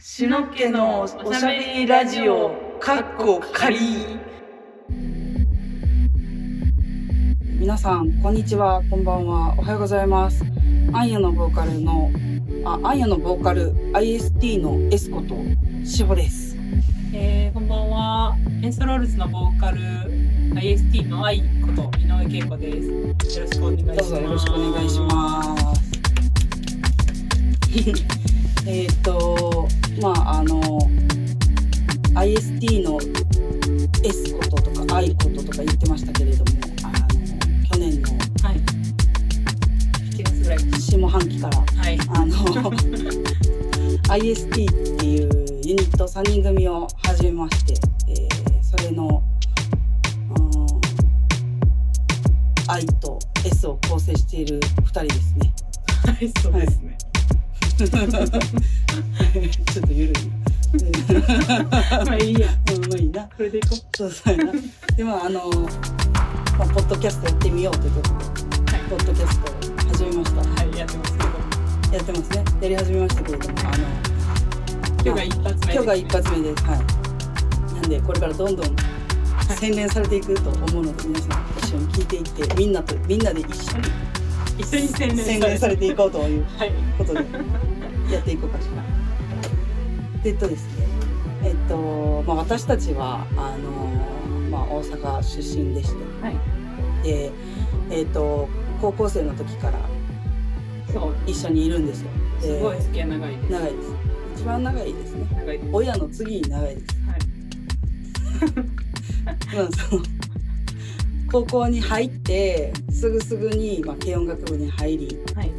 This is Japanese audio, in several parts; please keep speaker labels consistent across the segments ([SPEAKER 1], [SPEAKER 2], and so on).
[SPEAKER 1] しのっけのおしゃべりラジオかっこ仮
[SPEAKER 2] 皆さんこんにちはこんばんはおはようございますアンヤのボーカルのあアンヤのボーカル IST のエスコとシボです
[SPEAKER 3] えー、こんばんは。エンストロールズのボーカル、IST の愛こと井上恵子です。よろしくお願いします。
[SPEAKER 2] どうぞよろしくお願いしますえっとまああの IST の S こととか I こととか言ってましたけれどもあの去年の
[SPEAKER 3] す。はい。7月ぐらい。
[SPEAKER 2] 下半期から
[SPEAKER 3] はい。
[SPEAKER 2] あの IST っていうユニット3人組を始めまして、えーそれの、うん、I と S を構成している2人ですね。
[SPEAKER 3] はい、そうです ね。
[SPEAKER 2] ちょっとゆるいな。
[SPEAKER 3] まあいいや。
[SPEAKER 2] うん、無理な。
[SPEAKER 3] これでいこ
[SPEAKER 2] そうそうやな。でもあの、まあ、ポッドキャストやってみようということで、
[SPEAKER 3] はい
[SPEAKER 2] ポッドキャストを始めました。
[SPEAKER 3] う。はい、やってますけど。
[SPEAKER 2] やってますね。やり始めましたけれども、あの。
[SPEAKER 3] 今日が一発目です、ね。
[SPEAKER 2] 今日が一発目です。はい。なんでこれからどんどん洗練されていくと思うので皆さん一緒に聞いていってみんなとみんなで一緒に
[SPEAKER 3] 一緒に宣伝
[SPEAKER 2] 洗練されていこうという
[SPEAKER 3] はい。
[SPEAKER 2] ことでやっていこうかしら。でえっとですね。えっとまあ私たちはあのまあ大阪出身でして、
[SPEAKER 3] は
[SPEAKER 2] でえっと高校生の時から
[SPEAKER 3] そう。
[SPEAKER 2] 一緒にいるんですよ。です
[SPEAKER 3] ごい付き合い長いです。
[SPEAKER 2] 長いです。一番長いですね。
[SPEAKER 3] 長いです。
[SPEAKER 2] 親の次に長いです。
[SPEAKER 3] はい。
[SPEAKER 2] まあその高校に入ってすぐすぐに、まあ、軽音楽部に入り
[SPEAKER 3] はい。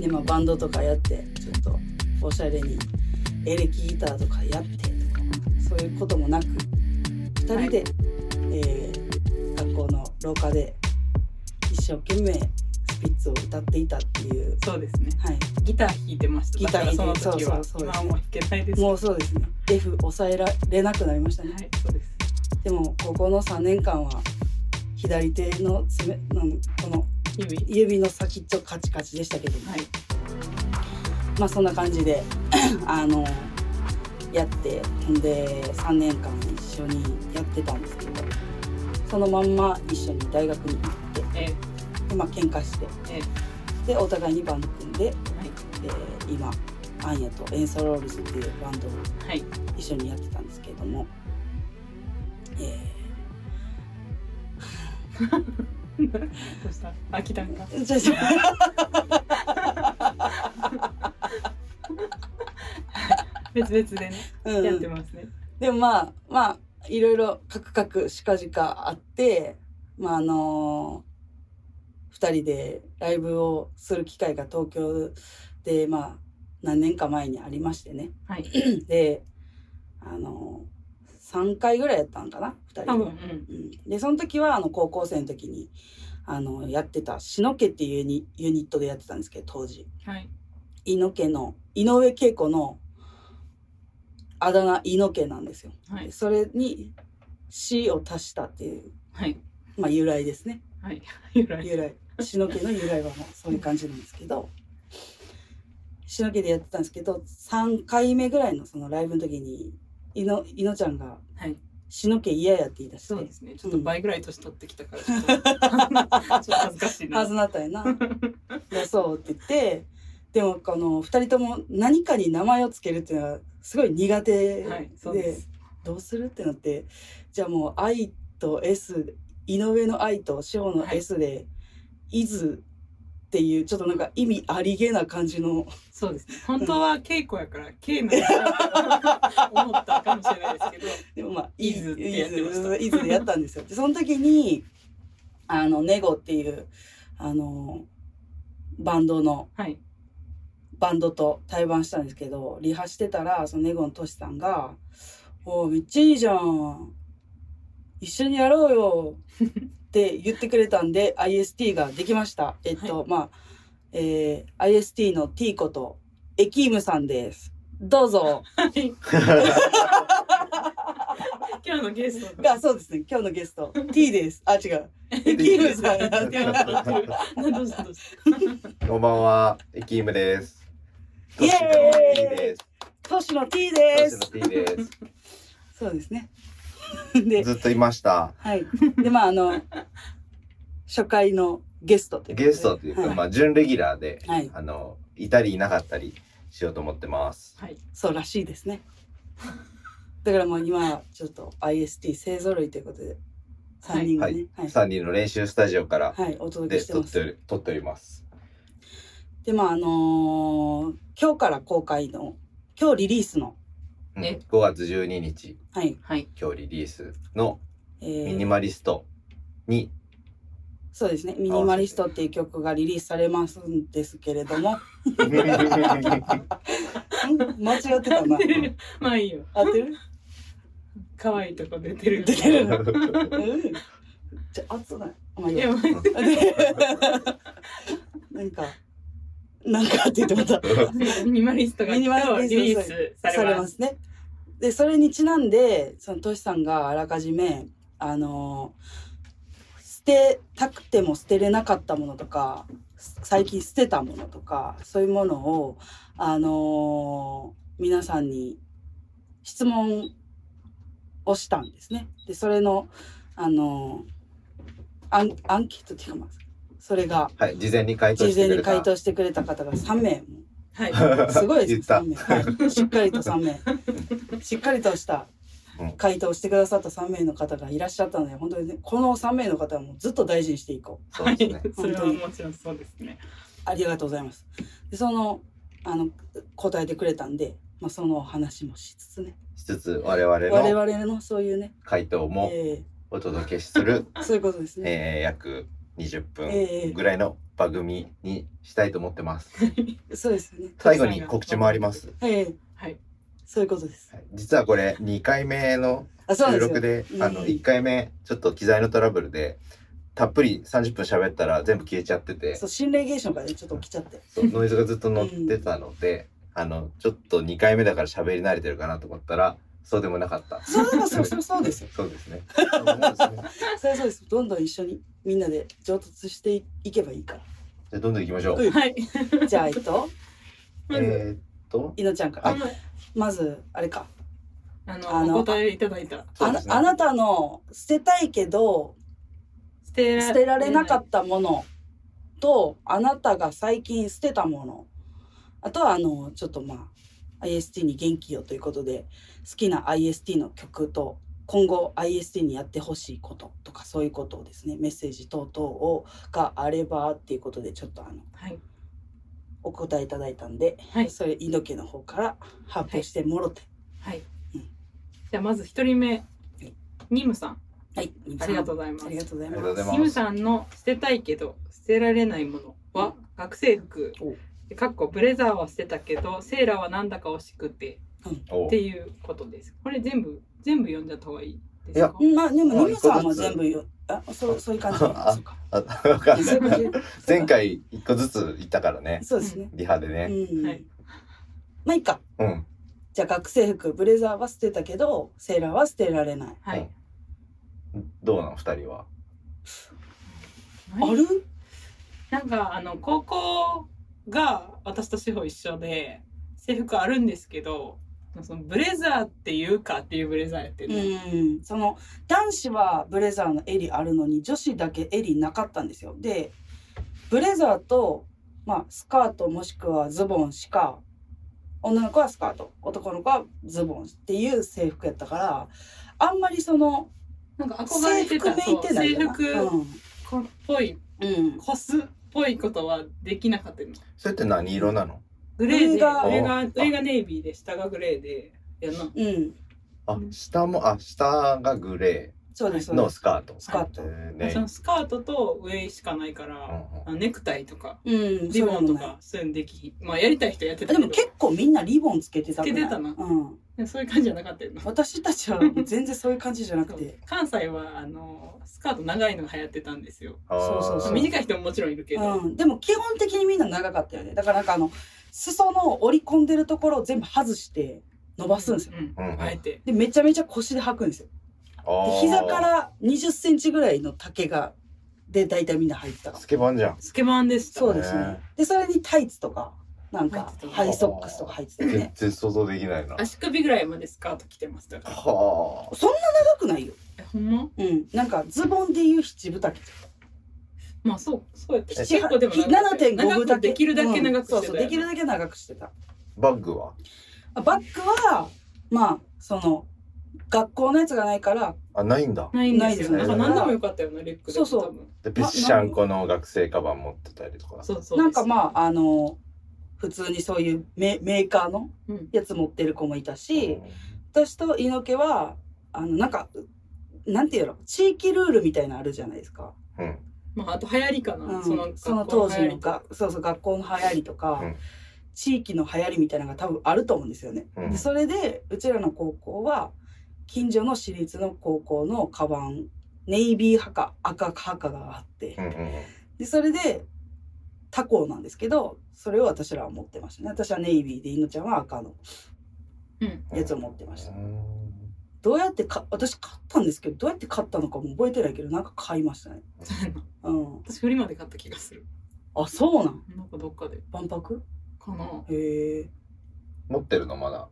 [SPEAKER 2] で、まあ、バンドとかやってちょっとおしゃれにエレキギターとかやってとかそういうこともなく2人で、えー学校の廊下で一生懸命スピッツを歌っていたっていう、
[SPEAKER 3] そうですね。
[SPEAKER 2] はい、
[SPEAKER 3] ギター弾いてました。
[SPEAKER 2] ギター弾いて
[SPEAKER 3] だからその時は。
[SPEAKER 2] そうそうそうですね
[SPEAKER 3] 今はもう弾けないです。
[SPEAKER 2] もうそうですね F 抑えられなくなりましたね。
[SPEAKER 3] はい、そうです。
[SPEAKER 2] でもここの3年間は左手の爪なんこの
[SPEAKER 3] 指。
[SPEAKER 2] 指の先っちょカチカチでしたけど、
[SPEAKER 3] はい。
[SPEAKER 2] まあそんな感じで あのやってほんで3年間一緒にやってたんですけどそのまんま一緒に大学に行って
[SPEAKER 3] え
[SPEAKER 2] で、まあ、喧嘩して
[SPEAKER 3] ー、えー、
[SPEAKER 2] でお互いにバンド組んで、
[SPEAKER 3] はい。
[SPEAKER 2] えー今アンヤとエンソロールズっていうバンドを
[SPEAKER 3] はい。
[SPEAKER 2] 一緒にやってたんですけれども、え
[SPEAKER 3] どうした飽きたんか
[SPEAKER 2] ーじゃあじゃあ
[SPEAKER 3] 別々でね、
[SPEAKER 2] うん
[SPEAKER 3] やってますね
[SPEAKER 2] でもまあまあいろいろカクカクしかじかあってまああの2人でライブをする機会が東京でまあ何年か前にありましてね
[SPEAKER 3] はい
[SPEAKER 2] であの3回ぐらいやったんかな2
[SPEAKER 3] 多
[SPEAKER 2] 人
[SPEAKER 3] 分う
[SPEAKER 2] で。
[SPEAKER 3] ん
[SPEAKER 2] うんでその時はあの高校生の時にあのやってた「しのけ」っていうユニユニットでやってたんですけど当時
[SPEAKER 3] はい
[SPEAKER 2] 井の家の井上恵子のあだ名井の家なんですよ。
[SPEAKER 3] はい
[SPEAKER 2] それに「死」を足したっていう、
[SPEAKER 3] はい
[SPEAKER 2] まあ、由来ですね
[SPEAKER 3] はい由来
[SPEAKER 2] 由来死の家の由来はもうそういう感じなんですけど死の家でやってたんですけど3回目ぐらいのそのライブの時にいのいのちゃんが
[SPEAKER 3] はい
[SPEAKER 2] 「死の家嫌や」って言い出して
[SPEAKER 3] そうですねちょっと倍ぐらい年取ってきたからちょっ とちょっと恥ずかしいな
[SPEAKER 2] はずなったんやな「いやそう」って言ってでもこの2人とも何かに名前をつけるっていうのはすごい苦手で,、
[SPEAKER 3] はいそうです
[SPEAKER 2] どうするってなってじゃあもう「I」と「S」井上の「I」と「志保の「S」で「伊豆っていうちょっとなんか意味ありげな感じの
[SPEAKER 3] そうですね本当は稽古やから稽古やから思ったかもしれないですけど
[SPEAKER 2] でもまあ「
[SPEAKER 3] 伊豆ってやってました
[SPEAKER 2] 伊豆でやったんですよ。でその時にあのネゴっていうあのバンドの
[SPEAKER 3] はい
[SPEAKER 2] バンドと対バンしたんですけどリハしてたらそのネゴントシさんが「おうめっちゃいいじゃん一緒にやろうよ」って言ってくれたんで IST ができましたえっと、まあえー IST の T ことエキームさんですどう ぞ
[SPEAKER 3] はい今日のゲスト
[SPEAKER 2] がそうですね今日のゲスト T ですあ違うエキームさんが
[SPEAKER 3] などうしたどうし
[SPEAKER 4] こんばんは、エキームです。
[SPEAKER 2] イエーイ
[SPEAKER 4] いいです。
[SPEAKER 2] トシの T で
[SPEAKER 4] 私
[SPEAKER 2] す。
[SPEAKER 4] の T です。
[SPEAKER 2] そうですね。 で、
[SPEAKER 4] ずっといました。
[SPEAKER 2] はい。で、まあ、あの、初回のゲストということで
[SPEAKER 4] ゲストというか、
[SPEAKER 2] はい
[SPEAKER 4] まあ、準レギュラーで、
[SPEAKER 2] はい
[SPEAKER 4] あの、いたりいなかったりしようと思ってます。
[SPEAKER 3] はい。
[SPEAKER 2] そうらしいですね。だからもう今、ちょっと IST 勢揃いということで、3人が
[SPEAKER 4] は
[SPEAKER 2] ね
[SPEAKER 4] い、。
[SPEAKER 2] はい。
[SPEAKER 4] 三人の練習スタジオから、
[SPEAKER 2] はい、お届
[SPEAKER 4] で、
[SPEAKER 2] けして
[SPEAKER 4] 撮
[SPEAKER 2] ま
[SPEAKER 4] ってお
[SPEAKER 2] す。
[SPEAKER 4] り、撮っております。
[SPEAKER 2] で、まあ、あのー今日から公開の、今日リリースの、
[SPEAKER 4] うん
[SPEAKER 3] ね
[SPEAKER 4] 5月12日、
[SPEAKER 2] はい。
[SPEAKER 3] はい。
[SPEAKER 4] 今日リリースの
[SPEAKER 2] え
[SPEAKER 4] ミ
[SPEAKER 2] ー
[SPEAKER 4] ニマリスト に、
[SPEAKER 2] そうですね。ミニマリストっていう曲がリリースされますんですけれど も、ん間違ってたな。
[SPEAKER 3] まあいいよ。
[SPEAKER 2] 合ってる
[SPEAKER 3] 可愛いとこ出てる。
[SPEAKER 2] 出てるうん。じゃ、あつない。まあ、いい
[SPEAKER 3] い
[SPEAKER 2] や
[SPEAKER 3] や、まあ
[SPEAKER 2] なんか、なんかって言ってまた。
[SPEAKER 3] ミニマリストが
[SPEAKER 2] ミニマリスト
[SPEAKER 3] リリースさ
[SPEAKER 2] さ
[SPEAKER 3] れ
[SPEAKER 2] れ
[SPEAKER 3] ま。
[SPEAKER 2] ますすね。で、それにちなんで、そのトシさんがあらかじめ、あの捨てたくても捨てれなかったものとか、最近捨てたものとか、そういうものを、あの皆さんに質問をしたんですね。で、それの、あのアンアンケートっていうか、まあそれが、
[SPEAKER 4] はい、事前に回答
[SPEAKER 2] 事
[SPEAKER 4] して
[SPEAKER 2] 前
[SPEAKER 4] く
[SPEAKER 2] に
[SPEAKER 4] れた。
[SPEAKER 2] 回答してくれた方が3名も
[SPEAKER 3] はい。
[SPEAKER 2] すごいで
[SPEAKER 4] 言っ
[SPEAKER 2] すね
[SPEAKER 4] た。
[SPEAKER 2] 3名はいしっかりと3名。しっかりとした
[SPEAKER 4] うん
[SPEAKER 2] 回答をしてくださった3名の方がいらっしゃったので、本当にね、この3名の方はもうずっと大事にしていこう。
[SPEAKER 4] そうですね。
[SPEAKER 3] それはもちろんそうですね。
[SPEAKER 2] ありがとうございます。で、その、あの、答えてくれたんで、まあ、そのお話もしつつね、
[SPEAKER 4] しつつ、我々
[SPEAKER 2] 我
[SPEAKER 4] の
[SPEAKER 2] 々のそういうね、
[SPEAKER 4] 回答も
[SPEAKER 2] え
[SPEAKER 4] お届けする、
[SPEAKER 2] ーそういうことですね。
[SPEAKER 4] えー、約20分
[SPEAKER 2] え
[SPEAKER 4] ぐらいの番組にしたいと思ってます。
[SPEAKER 2] ーそうですよね。
[SPEAKER 4] 最後に告知もあります。
[SPEAKER 2] えー
[SPEAKER 3] はい。
[SPEAKER 2] そういうことです。
[SPEAKER 4] はい実はこれ2回目の
[SPEAKER 2] あ、そうな
[SPEAKER 4] 収
[SPEAKER 2] んですよ。
[SPEAKER 4] 録で、
[SPEAKER 2] うん
[SPEAKER 4] あの1回目ちょっと機材のトラブルでたっぷり30分喋ったら全部消えちゃってて
[SPEAKER 2] そう、心霊現象がね、ちょっと起きちゃって。
[SPEAKER 4] そうノイズがずっと乗ってたので、あのちょっと2回目だから喋り慣れてるかなと思ったらそうでもなかった。
[SPEAKER 2] そうそうそうそうそうですよ。
[SPEAKER 4] そうですね。そうですね
[SPEAKER 2] そうそうです。どんどん一緒にみんなで上達していけばいいか
[SPEAKER 4] じゃあどんどん行きましょう。
[SPEAKER 2] うん
[SPEAKER 3] はい。
[SPEAKER 2] ら。じゃあ、えっと、
[SPEAKER 3] まず、
[SPEAKER 4] えー、っと
[SPEAKER 2] いのちゃんから。あまず、あれか。
[SPEAKER 3] あ
[SPEAKER 2] あの
[SPEAKER 3] の、お答えいただいた。
[SPEAKER 4] そう
[SPEAKER 2] あ
[SPEAKER 4] で
[SPEAKER 2] な
[SPEAKER 4] すね
[SPEAKER 2] あなたの捨てたいけど、
[SPEAKER 3] 捨て
[SPEAKER 2] 捨てられなか
[SPEAKER 3] た
[SPEAKER 2] ったものと、あなたが最近捨てたもの。あとは、あの、ちょっとまあ、IST に元気をということで、好きな IST の曲と、今後 IST にやってほしいこととか、そういうことをですね、メッセージ等々をがあればっていうことで、ちょっとあの、
[SPEAKER 3] はい。
[SPEAKER 2] お答えいただいたんで、
[SPEAKER 3] はい
[SPEAKER 2] それ、井戸家の方から発表してもろて。
[SPEAKER 3] はい
[SPEAKER 2] うん。
[SPEAKER 3] じゃあ、まず一人目
[SPEAKER 2] い。
[SPEAKER 3] ニムさん。
[SPEAKER 2] はい、
[SPEAKER 3] ありがとう
[SPEAKER 2] う
[SPEAKER 3] ございます
[SPEAKER 2] あり。がとうござい
[SPEAKER 4] ありがとうござ
[SPEAKER 2] ます。
[SPEAKER 4] いま
[SPEAKER 3] ニ
[SPEAKER 4] す
[SPEAKER 3] ムさんの捨てたいけど捨てられないものは学生服
[SPEAKER 2] お
[SPEAKER 3] かっこブレザーは捨てたけどセーラーはなんだか惜しくて
[SPEAKER 4] お
[SPEAKER 3] っていうことですこれ全部全部読んじゃった方がいいです
[SPEAKER 4] いや
[SPEAKER 3] か
[SPEAKER 2] うんまあ、でも、
[SPEAKER 4] まあ
[SPEAKER 2] ニムさん
[SPEAKER 4] 一個
[SPEAKER 2] は
[SPEAKER 4] ずつ
[SPEAKER 2] 全部よ、あ、そう、そういう感じ。そう
[SPEAKER 4] あ
[SPEAKER 2] か。
[SPEAKER 4] あわかんな
[SPEAKER 2] そうい
[SPEAKER 4] いう
[SPEAKER 2] 感じ。
[SPEAKER 4] 前回1個ずつ行ったからね
[SPEAKER 2] そうですね。
[SPEAKER 4] リハで
[SPEAKER 2] う
[SPEAKER 4] ね。
[SPEAKER 2] ん。
[SPEAKER 3] はい
[SPEAKER 2] まあ、いいか。
[SPEAKER 4] うん
[SPEAKER 2] じゃあ、学生服、ブレザーは捨てたけど、セーラーは捨てられない。
[SPEAKER 3] はい
[SPEAKER 4] どうなの二人は。
[SPEAKER 2] ある
[SPEAKER 3] なんかあの高校が私と志保一緒で制服あるんですけどそのブレザーっていうかっていうブレザーやって
[SPEAKER 2] う
[SPEAKER 3] ね、
[SPEAKER 2] ん。その、男子はブレザーの襟あるのに、女子だけ襟なかったんですよ。で、ブレザーと、まあ、スカートもしくはズボンしか、女の子はスカート、男の子はズボンっていう制服やったから、あんまりその、
[SPEAKER 3] なんか憧
[SPEAKER 2] 制
[SPEAKER 3] れて
[SPEAKER 2] 服
[SPEAKER 3] た
[SPEAKER 2] めいてないよな。
[SPEAKER 3] そう制服っぽい
[SPEAKER 2] うん。うん。
[SPEAKER 3] コスっぽいことはできなかったの
[SPEAKER 4] それって何色なの？
[SPEAKER 3] グレーで
[SPEAKER 2] 上が
[SPEAKER 3] 上が上がネイビーで下がグレーでやな
[SPEAKER 2] うん。
[SPEAKER 4] あ下もあ下がグレ
[SPEAKER 2] そうです、
[SPEAKER 4] ー
[SPEAKER 2] そう
[SPEAKER 4] の
[SPEAKER 2] で
[SPEAKER 4] スカート。
[SPEAKER 2] スカート
[SPEAKER 4] えー
[SPEAKER 3] その
[SPEAKER 4] ね。
[SPEAKER 3] スカートと上しかないから、
[SPEAKER 4] うんうん
[SPEAKER 3] あのネクタイとか
[SPEAKER 2] す。うん。
[SPEAKER 3] リボ
[SPEAKER 2] そう
[SPEAKER 3] ンと
[SPEAKER 2] いうのも
[SPEAKER 3] かそういうのできひんまあやりたい人やって
[SPEAKER 2] ない。
[SPEAKER 3] た
[SPEAKER 2] でも
[SPEAKER 3] けど
[SPEAKER 2] 結構みんなリボンつけてたく
[SPEAKER 3] つけてたな
[SPEAKER 2] うん。
[SPEAKER 3] そういう感じじゃなかったよな
[SPEAKER 2] 私たちは全然そういう感じじゃなくて。
[SPEAKER 3] 関西はあのスカート長いのが流行ってたんですよ
[SPEAKER 4] あー
[SPEAKER 2] そうそうそう
[SPEAKER 3] 短い人ももちろんいるけど、
[SPEAKER 2] うん。でも基本的にみんな長かったよね。だからなんかあの、裾の折り込んでるところを全部外して伸ばすんですよ。
[SPEAKER 3] う
[SPEAKER 4] うんうん
[SPEAKER 3] あえて
[SPEAKER 2] で、めちゃめちゃ腰で履くんですよ。
[SPEAKER 4] あ
[SPEAKER 2] で
[SPEAKER 4] ー
[SPEAKER 2] 膝から20センチぐらいの丈が、で、大体みんな履いてたから。
[SPEAKER 4] スケバンじゃん。
[SPEAKER 3] スケバンでした
[SPEAKER 2] そうですね。で、それにタイツとか、なんか
[SPEAKER 3] 入ってた
[SPEAKER 2] ハイソックスとか入ってたよ
[SPEAKER 4] 全
[SPEAKER 2] ね
[SPEAKER 4] 然想像できないな。
[SPEAKER 3] 足首ぐらいまでスカート着てますだから。
[SPEAKER 4] は
[SPEAKER 2] 長くないよ
[SPEAKER 3] え、ほんま
[SPEAKER 2] うんなんかズボンでいう七分丈
[SPEAKER 3] まあそう、そうやって。
[SPEAKER 2] 七
[SPEAKER 3] 結構でも長くて
[SPEAKER 2] 7.5分丈
[SPEAKER 3] 長くできるだけ長くし
[SPEAKER 2] うん
[SPEAKER 3] てたよ
[SPEAKER 2] そうそうできるだけ長くしてた
[SPEAKER 4] あ。バッグは
[SPEAKER 2] バッグはまあその学校のやつがないから
[SPEAKER 4] あ、ないんだ。
[SPEAKER 3] ないんですよ。
[SPEAKER 4] な
[SPEAKER 3] なん
[SPEAKER 4] いです
[SPEAKER 3] か何
[SPEAKER 4] ね
[SPEAKER 3] でもよかったよね、レックで。
[SPEAKER 2] そうそう
[SPEAKER 3] 多分。
[SPEAKER 4] で、ぺっしゃんこの学生カバン持ってたりとか。
[SPEAKER 3] そうそう。
[SPEAKER 2] なんかまああの普通にそういうメメーカーの
[SPEAKER 3] うん
[SPEAKER 2] やつ持ってる子もいたし、
[SPEAKER 4] うん
[SPEAKER 2] 私と猪木はあのなんかなんていうの地域ルールみたいなのあるじゃないですか、
[SPEAKER 4] うん。
[SPEAKER 3] まあ、あと流行りか
[SPEAKER 2] う
[SPEAKER 3] な。
[SPEAKER 2] ん、
[SPEAKER 3] そ
[SPEAKER 2] そ
[SPEAKER 3] の
[SPEAKER 2] の
[SPEAKER 3] 学校
[SPEAKER 2] 当時の
[SPEAKER 3] 流行りとか
[SPEAKER 2] がそうそう学校の流行りとか、
[SPEAKER 4] うん
[SPEAKER 2] 地域の流行りみたいなのが多分あると思うんですよね。
[SPEAKER 4] うん
[SPEAKER 2] でそれでうちらの高校は近所の私立の高校のカバンネイビー派か赤派かがあって、
[SPEAKER 4] うんうんうん。
[SPEAKER 2] でそれで他校なんですけどそれを私らは持ってましたね私はネイビーでいのちゃんは赤の
[SPEAKER 3] うん
[SPEAKER 2] やつを持ってました、
[SPEAKER 4] うん
[SPEAKER 2] どうやってか私買ったんですけどどうやって買ったのかも覚えてないけどなんか買いましたねうん
[SPEAKER 3] 私、フリマで買った気がする。
[SPEAKER 2] あそうなん
[SPEAKER 3] なんかどっかで。
[SPEAKER 2] 万博
[SPEAKER 3] かな。
[SPEAKER 2] へえ
[SPEAKER 4] 持ってるのまだ。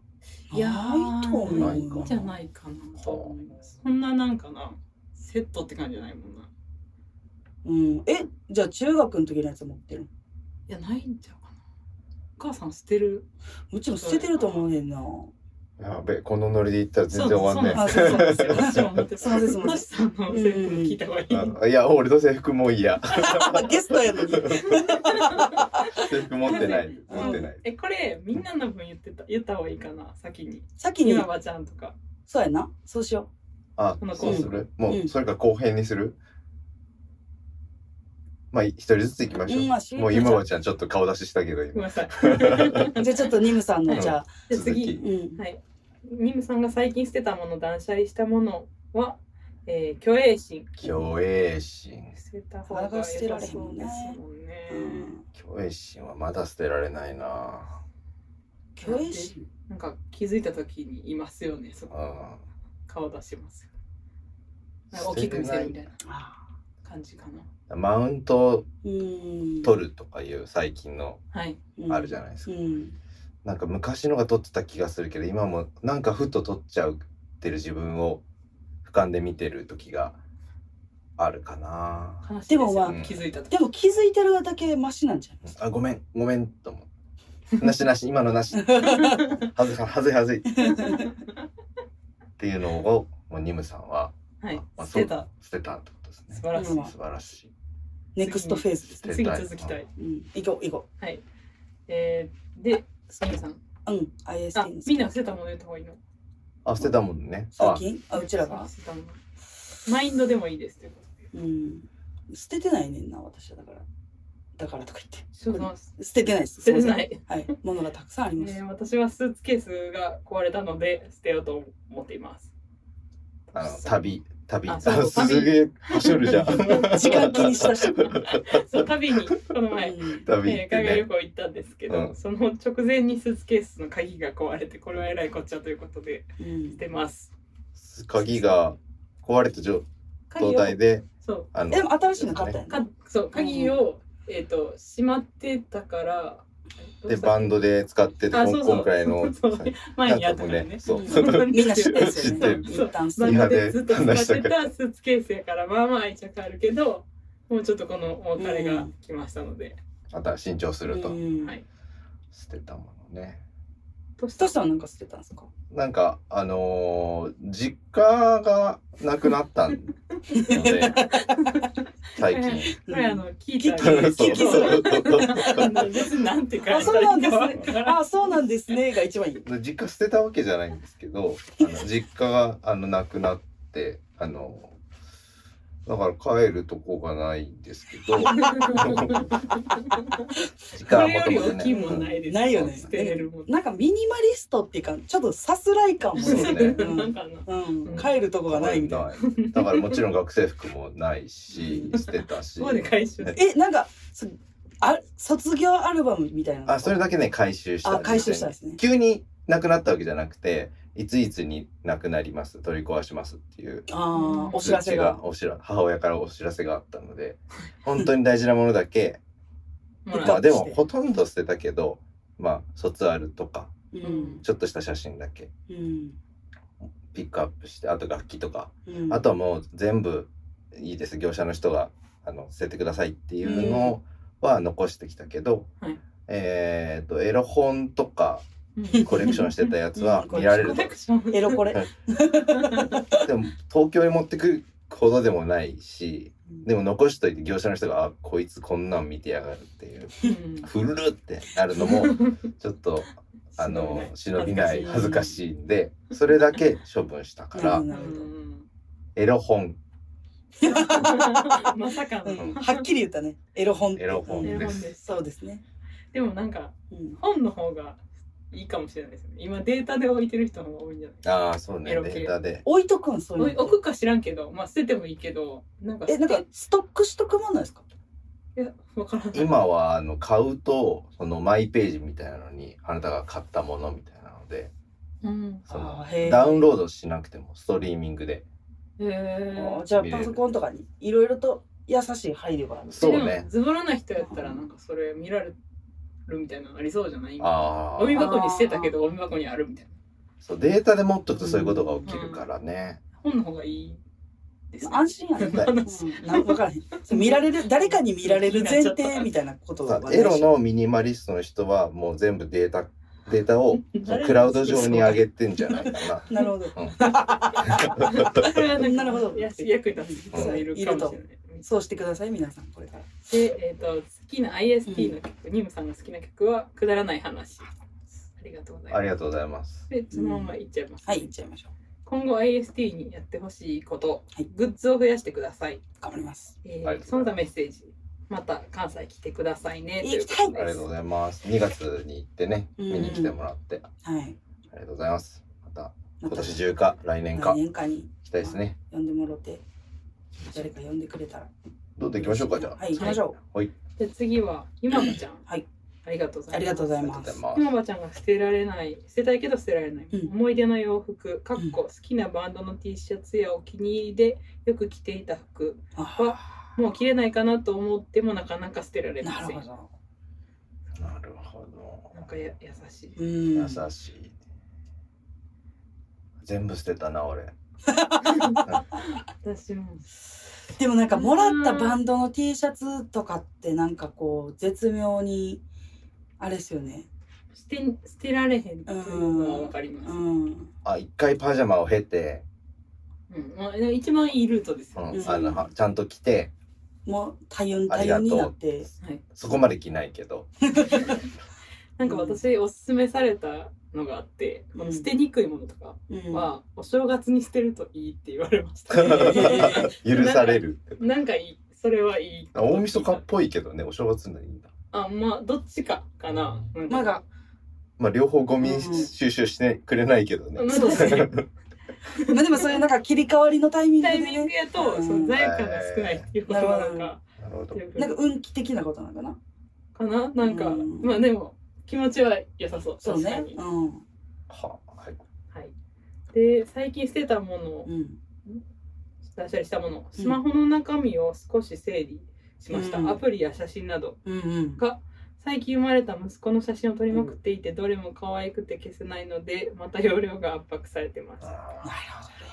[SPEAKER 3] いやー
[SPEAKER 2] ないと思う
[SPEAKER 4] ないか
[SPEAKER 3] じゃないかなと思います。そんななんかな、セットって感じじゃないもんな。い
[SPEAKER 2] うんえじゃあ中学の時のやつ持ってるの
[SPEAKER 3] や、ないんちゃうかな。お母さん捨てる。
[SPEAKER 2] うちも捨ててると思うねんな
[SPEAKER 4] やべ、このノリで行ったら全然終わんね
[SPEAKER 2] ない
[SPEAKER 3] そうなんですよ。私も思って
[SPEAKER 2] すいませんすいません
[SPEAKER 3] トシさんの制服聞いた方がいい。
[SPEAKER 4] え。いや、俺の制服もういい や。
[SPEAKER 2] あゲストやのに
[SPEAKER 4] 制服持ってない。
[SPEAKER 3] うん
[SPEAKER 4] 持ってない。
[SPEAKER 3] え、これ、みんなの分言ってた、言った方がいいかな、先に。
[SPEAKER 2] 先に
[SPEAKER 3] 稲葉ちゃんとか。
[SPEAKER 2] そうやなそうしよ
[SPEAKER 4] あ
[SPEAKER 3] この、
[SPEAKER 4] そうするも
[SPEAKER 2] う
[SPEAKER 4] う、
[SPEAKER 2] ん
[SPEAKER 4] それか後編にするまあ、一人ずつ行きまし
[SPEAKER 2] うん
[SPEAKER 4] ょ
[SPEAKER 2] まあし
[SPEAKER 4] う。もう今はちゃんちょっと顔出ししたけ
[SPEAKER 3] ご
[SPEAKER 4] ど、
[SPEAKER 3] めん
[SPEAKER 4] 今。
[SPEAKER 3] なさい。
[SPEAKER 2] うじゃあちょっとニムさんのじゃあ
[SPEAKER 3] じゃあ
[SPEAKER 4] 続き
[SPEAKER 3] 次。
[SPEAKER 2] うん
[SPEAKER 3] はい。ニムさんが最近捨てたもの、断捨離したものは、えー、虚栄心。
[SPEAKER 4] 虚栄心。
[SPEAKER 3] 捨てた方が良さそうですもんね。
[SPEAKER 2] うん
[SPEAKER 4] 虚栄心はまだ捨てられないな
[SPEAKER 2] 教員室
[SPEAKER 3] なんか気づいた時にいますよね。そこ
[SPEAKER 4] あ
[SPEAKER 3] 顔出しますよ。
[SPEAKER 4] あ
[SPEAKER 3] なんか大きく見せるみたいな
[SPEAKER 2] あ
[SPEAKER 3] 感じかな。
[SPEAKER 4] マウントを
[SPEAKER 2] うん
[SPEAKER 4] 取るとかいう最近の
[SPEAKER 3] はい。
[SPEAKER 4] あるじ
[SPEAKER 2] ゃ
[SPEAKER 4] ゃないです
[SPEAKER 2] う
[SPEAKER 4] か、
[SPEAKER 2] ん
[SPEAKER 4] なんか昔のが取ってた気がするけど今もなんかふっと取っちゃうってる自分を俯瞰で見てる時があるかな
[SPEAKER 3] 悲しいですよ
[SPEAKER 2] でも
[SPEAKER 4] まあ
[SPEAKER 3] 気づいた 時。
[SPEAKER 2] でも気づいてるだけマシなんじゃないですか
[SPEAKER 4] あごめんごめんと思うなしなし今のなし はずいはずいはずいっていうのをもうニムさんは
[SPEAKER 3] はい
[SPEAKER 4] ま。あ
[SPEAKER 3] 捨てた。
[SPEAKER 4] 捨てたってことです
[SPEAKER 3] 素
[SPEAKER 4] ね
[SPEAKER 3] 晴らしい。
[SPEAKER 2] うん
[SPEAKER 4] 素晴らしい
[SPEAKER 2] ネクストフェーズです
[SPEAKER 4] 捨て
[SPEAKER 3] 次
[SPEAKER 4] たい
[SPEAKER 3] 続きたい。
[SPEAKER 2] うん行こう行こ
[SPEAKER 3] はい。えー、で、ニムさん。
[SPEAKER 2] ううん
[SPEAKER 3] あ
[SPEAKER 2] IST、
[SPEAKER 3] みんな捨てたもの言った方がいいの
[SPEAKER 4] あ捨てたもんね
[SPEAKER 2] 最近あうちらが
[SPEAKER 3] 捨てたもの。マインドでもいいですということで。
[SPEAKER 2] うん捨ててないねんな私はだからだからとか言
[SPEAKER 3] そうう
[SPEAKER 2] な
[SPEAKER 3] です。
[SPEAKER 2] って捨ててないです
[SPEAKER 3] 捨ててないい。
[SPEAKER 2] はい物がたくさんあり ます、
[SPEAKER 3] ね、私はスーツケースが壊れたので捨てようと思っています。
[SPEAKER 4] あの旅旅
[SPEAKER 3] あそうそう
[SPEAKER 4] すげえはしょるじゃん
[SPEAKER 2] 時間気にしたし、
[SPEAKER 3] そう旅にこの前、
[SPEAKER 2] うん
[SPEAKER 4] 旅
[SPEAKER 3] え
[SPEAKER 4] 行
[SPEAKER 3] ー海外
[SPEAKER 4] って
[SPEAKER 3] 旅
[SPEAKER 4] ね
[SPEAKER 3] 行行ったんですけど、
[SPEAKER 4] うん
[SPEAKER 3] その直前にスーツケースの鍵が壊れてこれはえらいこっちゃということで
[SPEAKER 2] う
[SPEAKER 3] 捨
[SPEAKER 2] ん、
[SPEAKER 3] てます。
[SPEAKER 4] 鍵が壊れた状
[SPEAKER 3] 鍵
[SPEAKER 4] 状
[SPEAKER 3] を
[SPEAKER 4] 態で
[SPEAKER 3] そ
[SPEAKER 4] あの
[SPEAKER 2] でも新しいの買ったや
[SPEAKER 4] ね
[SPEAKER 2] ん、
[SPEAKER 3] かそう鍵を、えっ、と閉まってたから
[SPEAKER 4] でバンドで使ってて
[SPEAKER 3] あ
[SPEAKER 4] こ
[SPEAKER 3] そうそう
[SPEAKER 4] んこんくらいの
[SPEAKER 3] そうそう前にや
[SPEAKER 4] な
[SPEAKER 3] った
[SPEAKER 4] んと
[SPEAKER 3] か
[SPEAKER 4] も
[SPEAKER 3] ら
[SPEAKER 4] ね
[SPEAKER 3] ね。
[SPEAKER 4] そう
[SPEAKER 2] う みんな知ってるんですよね
[SPEAKER 3] 知ってる
[SPEAKER 2] 一旦捨
[SPEAKER 3] バ
[SPEAKER 2] てて
[SPEAKER 3] ンドでずっと使ってたスーツケースやからまあまあ愛着あるけどもうちょっとこのお別れが来ましたので、
[SPEAKER 4] また新調すると
[SPEAKER 2] うん
[SPEAKER 3] はい
[SPEAKER 4] 捨てたものね
[SPEAKER 3] とし
[SPEAKER 2] トシさんはなんか捨てたんですか
[SPEAKER 4] なんかあのー実家がなくなったので 最近
[SPEAKER 3] これあの聞い
[SPEAKER 2] 聞
[SPEAKER 3] た
[SPEAKER 2] き聞
[SPEAKER 4] そう
[SPEAKER 2] きそう
[SPEAKER 3] あの別になんて書いてあ
[SPEAKER 2] あそうなんですね
[SPEAKER 3] るかわからん
[SPEAKER 2] あそうなんですねが一番いい
[SPEAKER 4] で実家捨てたわけじゃないんですけどあの実家があのなくなってあのだから帰るとこがないんですけ ど実
[SPEAKER 3] こ
[SPEAKER 4] 家は
[SPEAKER 3] れより
[SPEAKER 4] 元々
[SPEAKER 3] 大きいもんないです、
[SPEAKER 2] ないよね
[SPEAKER 3] 捨てれるもん
[SPEAKER 2] なんかミニマリストっていうかちょっとさすらい感も
[SPEAKER 4] そうね
[SPEAKER 2] うん
[SPEAKER 3] なんかあの
[SPEAKER 2] うん、帰ると こがないみたいな。
[SPEAKER 4] ないだからもちろん学生服もないし捨て たし
[SPEAKER 3] ここで回収
[SPEAKER 2] え、なんか、そあ卒業アルバムみたいなの。
[SPEAKER 4] あそれだけね回収したん
[SPEAKER 2] あ、
[SPEAKER 4] です
[SPEAKER 2] 回収したんですね。
[SPEAKER 4] 急になくなったわけじゃなくていついつになくなります取り壊しますっていう
[SPEAKER 2] ああ、お知らせが。
[SPEAKER 4] お知ら母親からお知らせがあった ので本当に大事なものだけ
[SPEAKER 3] も
[SPEAKER 4] ま
[SPEAKER 3] ら
[SPEAKER 4] あ
[SPEAKER 3] う
[SPEAKER 4] でもほとんど捨てたけどまあ卒アルとか
[SPEAKER 2] うん
[SPEAKER 4] ちょっとした写真だけ
[SPEAKER 2] うん
[SPEAKER 4] ピックアップしてあと楽器とか、
[SPEAKER 2] うん
[SPEAKER 4] あとはもう全部いいです業者の人があの捨ててくださいっていうのは残してきたけど、
[SPEAKER 3] はい
[SPEAKER 4] えっとエロ本とか
[SPEAKER 3] うん
[SPEAKER 4] コレクションしてたやつは
[SPEAKER 2] うん
[SPEAKER 4] 見られ
[SPEAKER 3] コ
[SPEAKER 4] る
[SPEAKER 3] レクション
[SPEAKER 2] エロこれ
[SPEAKER 4] でも東京に持ってくほどでもないし でも残しといて業者の人が「あこいつこんなん見てやがる」っていう
[SPEAKER 3] うん
[SPEAKER 4] 「ふるる」ってなるのもちょっ とあの忍びない恥ずかしいんでそれだけ処分したから、
[SPEAKER 2] うん
[SPEAKER 3] なるほどうん
[SPEAKER 4] エロ本
[SPEAKER 3] まさかの、
[SPEAKER 2] うんはっきり言ったねエロ本って
[SPEAKER 4] エロ本
[SPEAKER 2] うん
[SPEAKER 4] です
[SPEAKER 2] そうですね
[SPEAKER 3] でもなんか
[SPEAKER 2] うん
[SPEAKER 3] 本の方がいいかもしれないですね今データで置いてる人の方が多いんじゃない
[SPEAKER 4] ああそうね
[SPEAKER 3] エ
[SPEAKER 4] デ
[SPEAKER 3] ロ系
[SPEAKER 4] ータで
[SPEAKER 2] 置いとくんそう
[SPEAKER 3] お
[SPEAKER 2] い
[SPEAKER 3] いう
[SPEAKER 2] の
[SPEAKER 3] 置くか知らんけどまあ捨ててもいいけどなんか
[SPEAKER 2] え
[SPEAKER 3] 捨て
[SPEAKER 2] なんかストックしとくもんなんですか
[SPEAKER 3] いやわからない
[SPEAKER 4] 今はあの買うとそのマイページみたいなのにあなたが買ったものみたいなので
[SPEAKER 3] うん
[SPEAKER 4] その
[SPEAKER 2] あーへー
[SPEAKER 4] ダウンロードしなくてもストリーミングで
[SPEAKER 3] へえ
[SPEAKER 2] あじゃあパソコンとかにいろいろと優しい配慮があるんです
[SPEAKER 4] そうね
[SPEAKER 3] ズボラな人やったらなんかそれ見られるみたいなのありそうじゃない
[SPEAKER 4] あ
[SPEAKER 3] ゴミ
[SPEAKER 4] あ
[SPEAKER 3] 箱に捨てたけどゴミ箱にあるみたいな
[SPEAKER 4] そうデータで持っとくとそういうことが起きるからね、
[SPEAKER 3] 本の方がいいです、ね、
[SPEAKER 2] 安心やね、
[SPEAKER 4] はい
[SPEAKER 2] うん、なん分からへんそう見られる誰かに見られる前提みたいなこと
[SPEAKER 4] さ
[SPEAKER 2] が
[SPEAKER 4] エロのミニマリストの人はもう全部データデータを
[SPEAKER 3] 誰が
[SPEAKER 4] クラウド上に上げてんじゃないかな。
[SPEAKER 2] なるほど
[SPEAKER 3] それはんか
[SPEAKER 2] なるほど
[SPEAKER 3] いや役に立つ人もいるかもしれない
[SPEAKER 2] そうしてください皆さんこれから
[SPEAKER 3] で、えー、と好きな IST の曲、ニムさんの好きな曲は「くだらない話」ありがとうござい
[SPEAKER 4] あ
[SPEAKER 3] ま
[SPEAKER 4] りがとうございます
[SPEAKER 3] す。。でそのままいっちゃいます、
[SPEAKER 2] はいいっちゃいましょう
[SPEAKER 3] 今後 IST にやってほしいこと、
[SPEAKER 2] はい
[SPEAKER 3] グッズを増やしてください、
[SPEAKER 2] 頑張ります
[SPEAKER 3] えー
[SPEAKER 4] ありがと
[SPEAKER 3] そう
[SPEAKER 4] ござ
[SPEAKER 3] の他
[SPEAKER 4] います
[SPEAKER 3] メッセージまた関西来てくださいね
[SPEAKER 2] 行きたい
[SPEAKER 3] とう
[SPEAKER 4] あ
[SPEAKER 3] こと
[SPEAKER 4] りが
[SPEAKER 3] です
[SPEAKER 4] とうございます。2月に行ってね
[SPEAKER 2] うん
[SPEAKER 4] 見に来てもらってあ
[SPEAKER 2] はい
[SPEAKER 4] りがとうございます。また
[SPEAKER 2] ま
[SPEAKER 4] 今
[SPEAKER 2] た
[SPEAKER 4] 年中か来年
[SPEAKER 2] 来
[SPEAKER 4] か行
[SPEAKER 2] 年間に
[SPEAKER 4] きたいですね。
[SPEAKER 2] 呼んでもろて誰か呼んでくれたら
[SPEAKER 4] どうで行きましょうかじゃあ。
[SPEAKER 2] はい行きましょ
[SPEAKER 3] で次は今葉ちゃん、
[SPEAKER 2] はい、
[SPEAKER 3] ありがとうござ
[SPEAKER 2] う、あ
[SPEAKER 3] います
[SPEAKER 2] りがとうご
[SPEAKER 4] あ
[SPEAKER 2] ざい
[SPEAKER 4] りがと
[SPEAKER 2] ま
[SPEAKER 4] うご
[SPEAKER 2] す
[SPEAKER 4] ざいます。
[SPEAKER 3] 今葉ちゃんが捨てられない捨てたいけど捨てられない、
[SPEAKER 2] うん
[SPEAKER 3] 思い出の洋服かっこ
[SPEAKER 2] う
[SPEAKER 3] 好きなバンドの T シャツやお気に入りでよく着ていた服
[SPEAKER 2] あ
[SPEAKER 3] もう着れないかなと思ってもなかなか捨てられ
[SPEAKER 2] な
[SPEAKER 3] ま
[SPEAKER 2] る
[SPEAKER 3] せん
[SPEAKER 2] ほど
[SPEAKER 4] なるほど。
[SPEAKER 3] なんかや優しい
[SPEAKER 2] うん
[SPEAKER 4] 優しい。全部捨てたな俺。
[SPEAKER 3] 私も
[SPEAKER 2] でもなんかもらったバンドの T シャツとかってなんかこう絶妙にあれですよね
[SPEAKER 3] 捨て捨てられへんっていうのはわかります
[SPEAKER 2] う、ん
[SPEAKER 4] あ一回パジャマを経て、
[SPEAKER 3] うんまあ、でも一番いいルートです
[SPEAKER 4] う
[SPEAKER 3] よね、
[SPEAKER 4] ん、あのはちゃんと着て
[SPEAKER 2] もう多様
[SPEAKER 4] あ
[SPEAKER 2] 多
[SPEAKER 4] り
[SPEAKER 2] 様
[SPEAKER 4] がとう
[SPEAKER 2] になって
[SPEAKER 3] はい、
[SPEAKER 4] そこまで着ないけど。
[SPEAKER 3] なんか私おすすめされたのがあって、この捨てにくいものとか
[SPEAKER 2] うん
[SPEAKER 3] はお正月に捨てるといいって言われ ました、
[SPEAKER 4] 許される。
[SPEAKER 3] なんかいいそれはいい
[SPEAKER 4] 大晦日っぽいけどね、お正月にはいいんだ。
[SPEAKER 3] あまあどっちかかな
[SPEAKER 2] なんか
[SPEAKER 4] まあ両方ゴミ
[SPEAKER 2] うん
[SPEAKER 4] 収集してくれないけどね。
[SPEAKER 3] うん
[SPEAKER 2] そうですね まあでもそういうなんか切り替わりのタイミング
[SPEAKER 3] タ
[SPEAKER 2] で
[SPEAKER 3] イミング
[SPEAKER 2] ね
[SPEAKER 3] やと、その罪悪感が少ないっていうことがなんか
[SPEAKER 4] なるほど。
[SPEAKER 2] なんか運気的なことなのかな
[SPEAKER 3] かななんか、
[SPEAKER 2] うん
[SPEAKER 3] まあでも気持ちは良さそう
[SPEAKER 2] そう
[SPEAKER 3] 確か
[SPEAKER 2] ね
[SPEAKER 3] に、
[SPEAKER 2] うん
[SPEAKER 4] ははい。
[SPEAKER 3] はい、で最近捨てたものを
[SPEAKER 2] うん
[SPEAKER 3] 断捨離したものスマホの中身を少し整理しました、
[SPEAKER 2] うん
[SPEAKER 3] アプリや写真など
[SPEAKER 2] うんうん
[SPEAKER 3] が最近生まれた息子の写真を撮りまくっていて、どれも可愛くて消せないのでまた容量が圧迫されてます
[SPEAKER 2] なる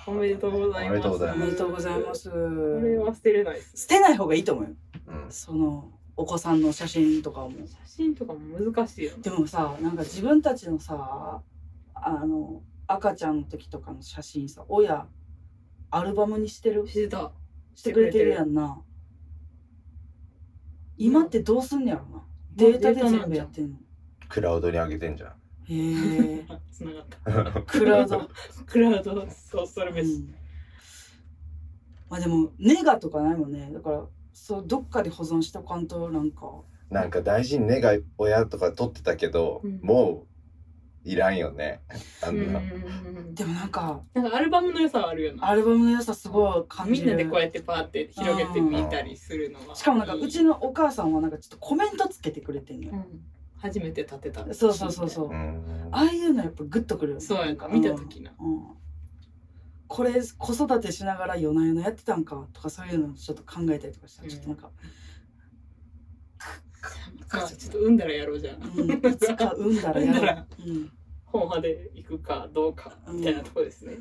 [SPEAKER 3] おめでとうございます
[SPEAKER 4] おめでとうござ
[SPEAKER 2] ほ
[SPEAKER 4] い
[SPEAKER 2] どお
[SPEAKER 4] ま
[SPEAKER 2] め
[SPEAKER 4] す。
[SPEAKER 2] でとうございます
[SPEAKER 3] これは捨てれないです
[SPEAKER 2] 捨てない方がいいと思うよ
[SPEAKER 4] うん
[SPEAKER 2] そのお子さんの写真とかも
[SPEAKER 3] 写真とかも難しいよね
[SPEAKER 2] でもさなんか自分たちのさあの赤ちゃんの時とかの写真さ親アルバムにしてる
[SPEAKER 3] してた
[SPEAKER 2] してくれてるやんな今ってどうすんねやろなデータで全部やってんの
[SPEAKER 4] クラウドに上げてんじゃん。
[SPEAKER 2] へえ
[SPEAKER 3] あつながった
[SPEAKER 2] クラウド、
[SPEAKER 3] クラウドソーシャル
[SPEAKER 2] う
[SPEAKER 3] メッシ
[SPEAKER 2] ん、まあでもネガとかないもんねだからそうどっかで保存しとかんとなんか
[SPEAKER 4] なんか大事にねが親とか取ってたけど、
[SPEAKER 3] うん
[SPEAKER 4] もういらんよね。あ
[SPEAKER 3] うん
[SPEAKER 4] んな。
[SPEAKER 2] でもなんか
[SPEAKER 3] なんかアルバムの良さはあるよな
[SPEAKER 2] アルバムの良さすごい感
[SPEAKER 3] み
[SPEAKER 2] じ
[SPEAKER 3] んな
[SPEAKER 2] る
[SPEAKER 3] でこうやってパーって広げてみたりするのが
[SPEAKER 2] しかもなんかうちのお母さんはなんかちょっとコメントつけてくれてんのよ、
[SPEAKER 3] うん初めて立てた
[SPEAKER 2] そうそうそうそう、
[SPEAKER 4] うん。
[SPEAKER 2] ああいうのやっぱグッとくるよね
[SPEAKER 3] そうやんか見た時な、
[SPEAKER 2] うんうんこれ子育てしながら夜な夜なやってたんかとかそういうのちょっと考えたりとかしたらちょっとなんか、
[SPEAKER 3] かちょっと産んだらやろうじゃん
[SPEAKER 2] うん、いつか産んだら
[SPEAKER 3] 産んだ
[SPEAKER 2] や
[SPEAKER 3] ら
[SPEAKER 2] ろう、うん
[SPEAKER 3] 本派で行くかどうかみたいなとこですね、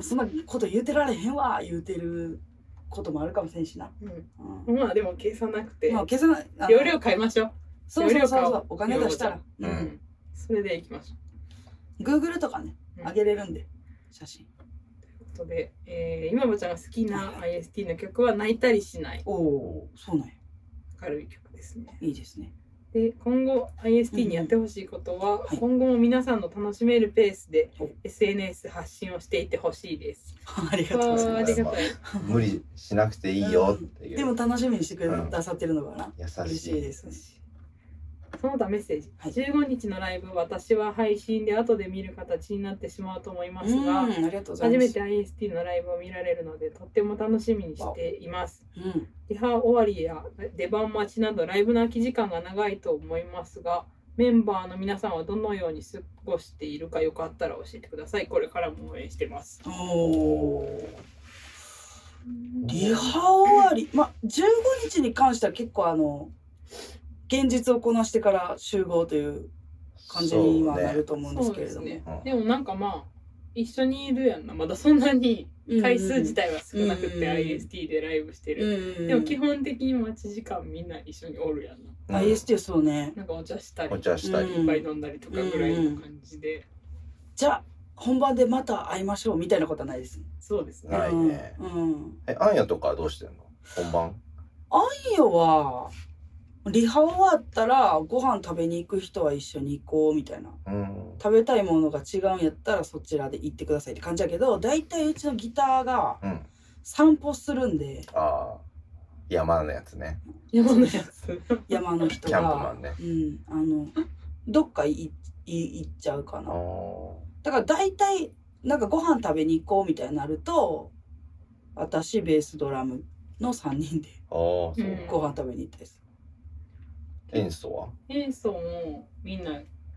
[SPEAKER 2] そんなこと言うてられへんわ言うてることもあるかもしれんしな、うん
[SPEAKER 3] うんまあでも計算なくて
[SPEAKER 2] まあ消さないあの
[SPEAKER 3] 容量買いましょう
[SPEAKER 2] そうそうそう
[SPEAKER 3] 容量
[SPEAKER 2] そう
[SPEAKER 3] 買おう
[SPEAKER 2] お金出したら、う
[SPEAKER 4] 容量
[SPEAKER 2] ん
[SPEAKER 4] 買
[SPEAKER 3] それで行きましょう
[SPEAKER 2] Google とかね
[SPEAKER 3] うん
[SPEAKER 2] あげれるんで写真
[SPEAKER 3] ということで、えー、今もちゃんが好きな IST の曲は泣いたりしない
[SPEAKER 2] おおーそうなんや
[SPEAKER 3] 明るい曲ですね
[SPEAKER 2] いいですね
[SPEAKER 3] で今後 IST にやってほしいことは、
[SPEAKER 2] はい
[SPEAKER 3] 今後も皆さんの楽しめるペースで
[SPEAKER 2] お
[SPEAKER 3] SNS 発信をしていってほしいです。
[SPEAKER 2] ありがとうござい
[SPEAKER 3] わあ
[SPEAKER 2] ま
[SPEAKER 3] あ
[SPEAKER 2] す
[SPEAKER 3] りがたい。
[SPEAKER 4] 無理しなくていいよっていう、
[SPEAKER 2] でも楽しみにしてくれださってるのかな
[SPEAKER 4] 優
[SPEAKER 2] 嬉
[SPEAKER 4] し
[SPEAKER 2] しい
[SPEAKER 4] い
[SPEAKER 2] です
[SPEAKER 3] その他メッセージ、
[SPEAKER 2] はい
[SPEAKER 3] 15日のライブ私は配信で後で見る形になってしまうと思います
[SPEAKER 2] うん
[SPEAKER 3] が
[SPEAKER 2] あ、りがとうござい
[SPEAKER 3] 初
[SPEAKER 2] ま
[SPEAKER 3] め
[SPEAKER 2] す
[SPEAKER 3] て IST のライブを見られるのでとっても楽しみにしています。
[SPEAKER 2] うん
[SPEAKER 3] リハ終わりや出番待ちなどライブの空き時間が長いと思いますがメンバーの皆さんはどのように過ごしているかよかったら教えてくださいこれからも応援してます
[SPEAKER 2] おおリハ終わりまあ15日に関しては結構あの現実をこなしてから集合という感じに今なると思うんですけれども、
[SPEAKER 4] ねうん
[SPEAKER 3] でもなんかまあ一緒にいるやんなまだそんなに回数自体は少なくて
[SPEAKER 2] うん
[SPEAKER 3] IST でライブして
[SPEAKER 2] う
[SPEAKER 3] る
[SPEAKER 2] んうんうん
[SPEAKER 3] でも基本的に待ち時間みんな一緒におるやんな
[SPEAKER 4] うん
[SPEAKER 2] IST そうね
[SPEAKER 3] なんかお茶したり
[SPEAKER 4] お茶したり、
[SPEAKER 3] いっぱい飲んだりとかぐらいの感じで
[SPEAKER 2] じゃあ本番でまた会いましょうみたいなことはないですね
[SPEAKER 3] そうですね
[SPEAKER 4] ないね
[SPEAKER 2] うんうん
[SPEAKER 4] えあんやとかはどうしてんの本番
[SPEAKER 2] 太陽はリハ終わったらご飯食べに行く人は一緒に行こうみたいな
[SPEAKER 4] うん
[SPEAKER 2] 食べたいものが違うんやったらそちらで行ってくださいって感じやけど大体うちのギターが
[SPEAKER 4] うん
[SPEAKER 2] 散歩するんで
[SPEAKER 4] ああ山のやつね
[SPEAKER 3] 山のやつ
[SPEAKER 2] 山の人
[SPEAKER 4] キャンプマ
[SPEAKER 2] が、
[SPEAKER 4] ンね
[SPEAKER 2] うん、あのどっかいい行っちゃうか
[SPEAKER 4] あ
[SPEAKER 2] な
[SPEAKER 4] ー
[SPEAKER 2] だから大体なんかご飯食べに行こうみたいになると私ベースドラムの3人で
[SPEAKER 4] あーそううん
[SPEAKER 2] ご飯食べに行ったりす
[SPEAKER 4] 演奏は
[SPEAKER 3] 演奏もみんな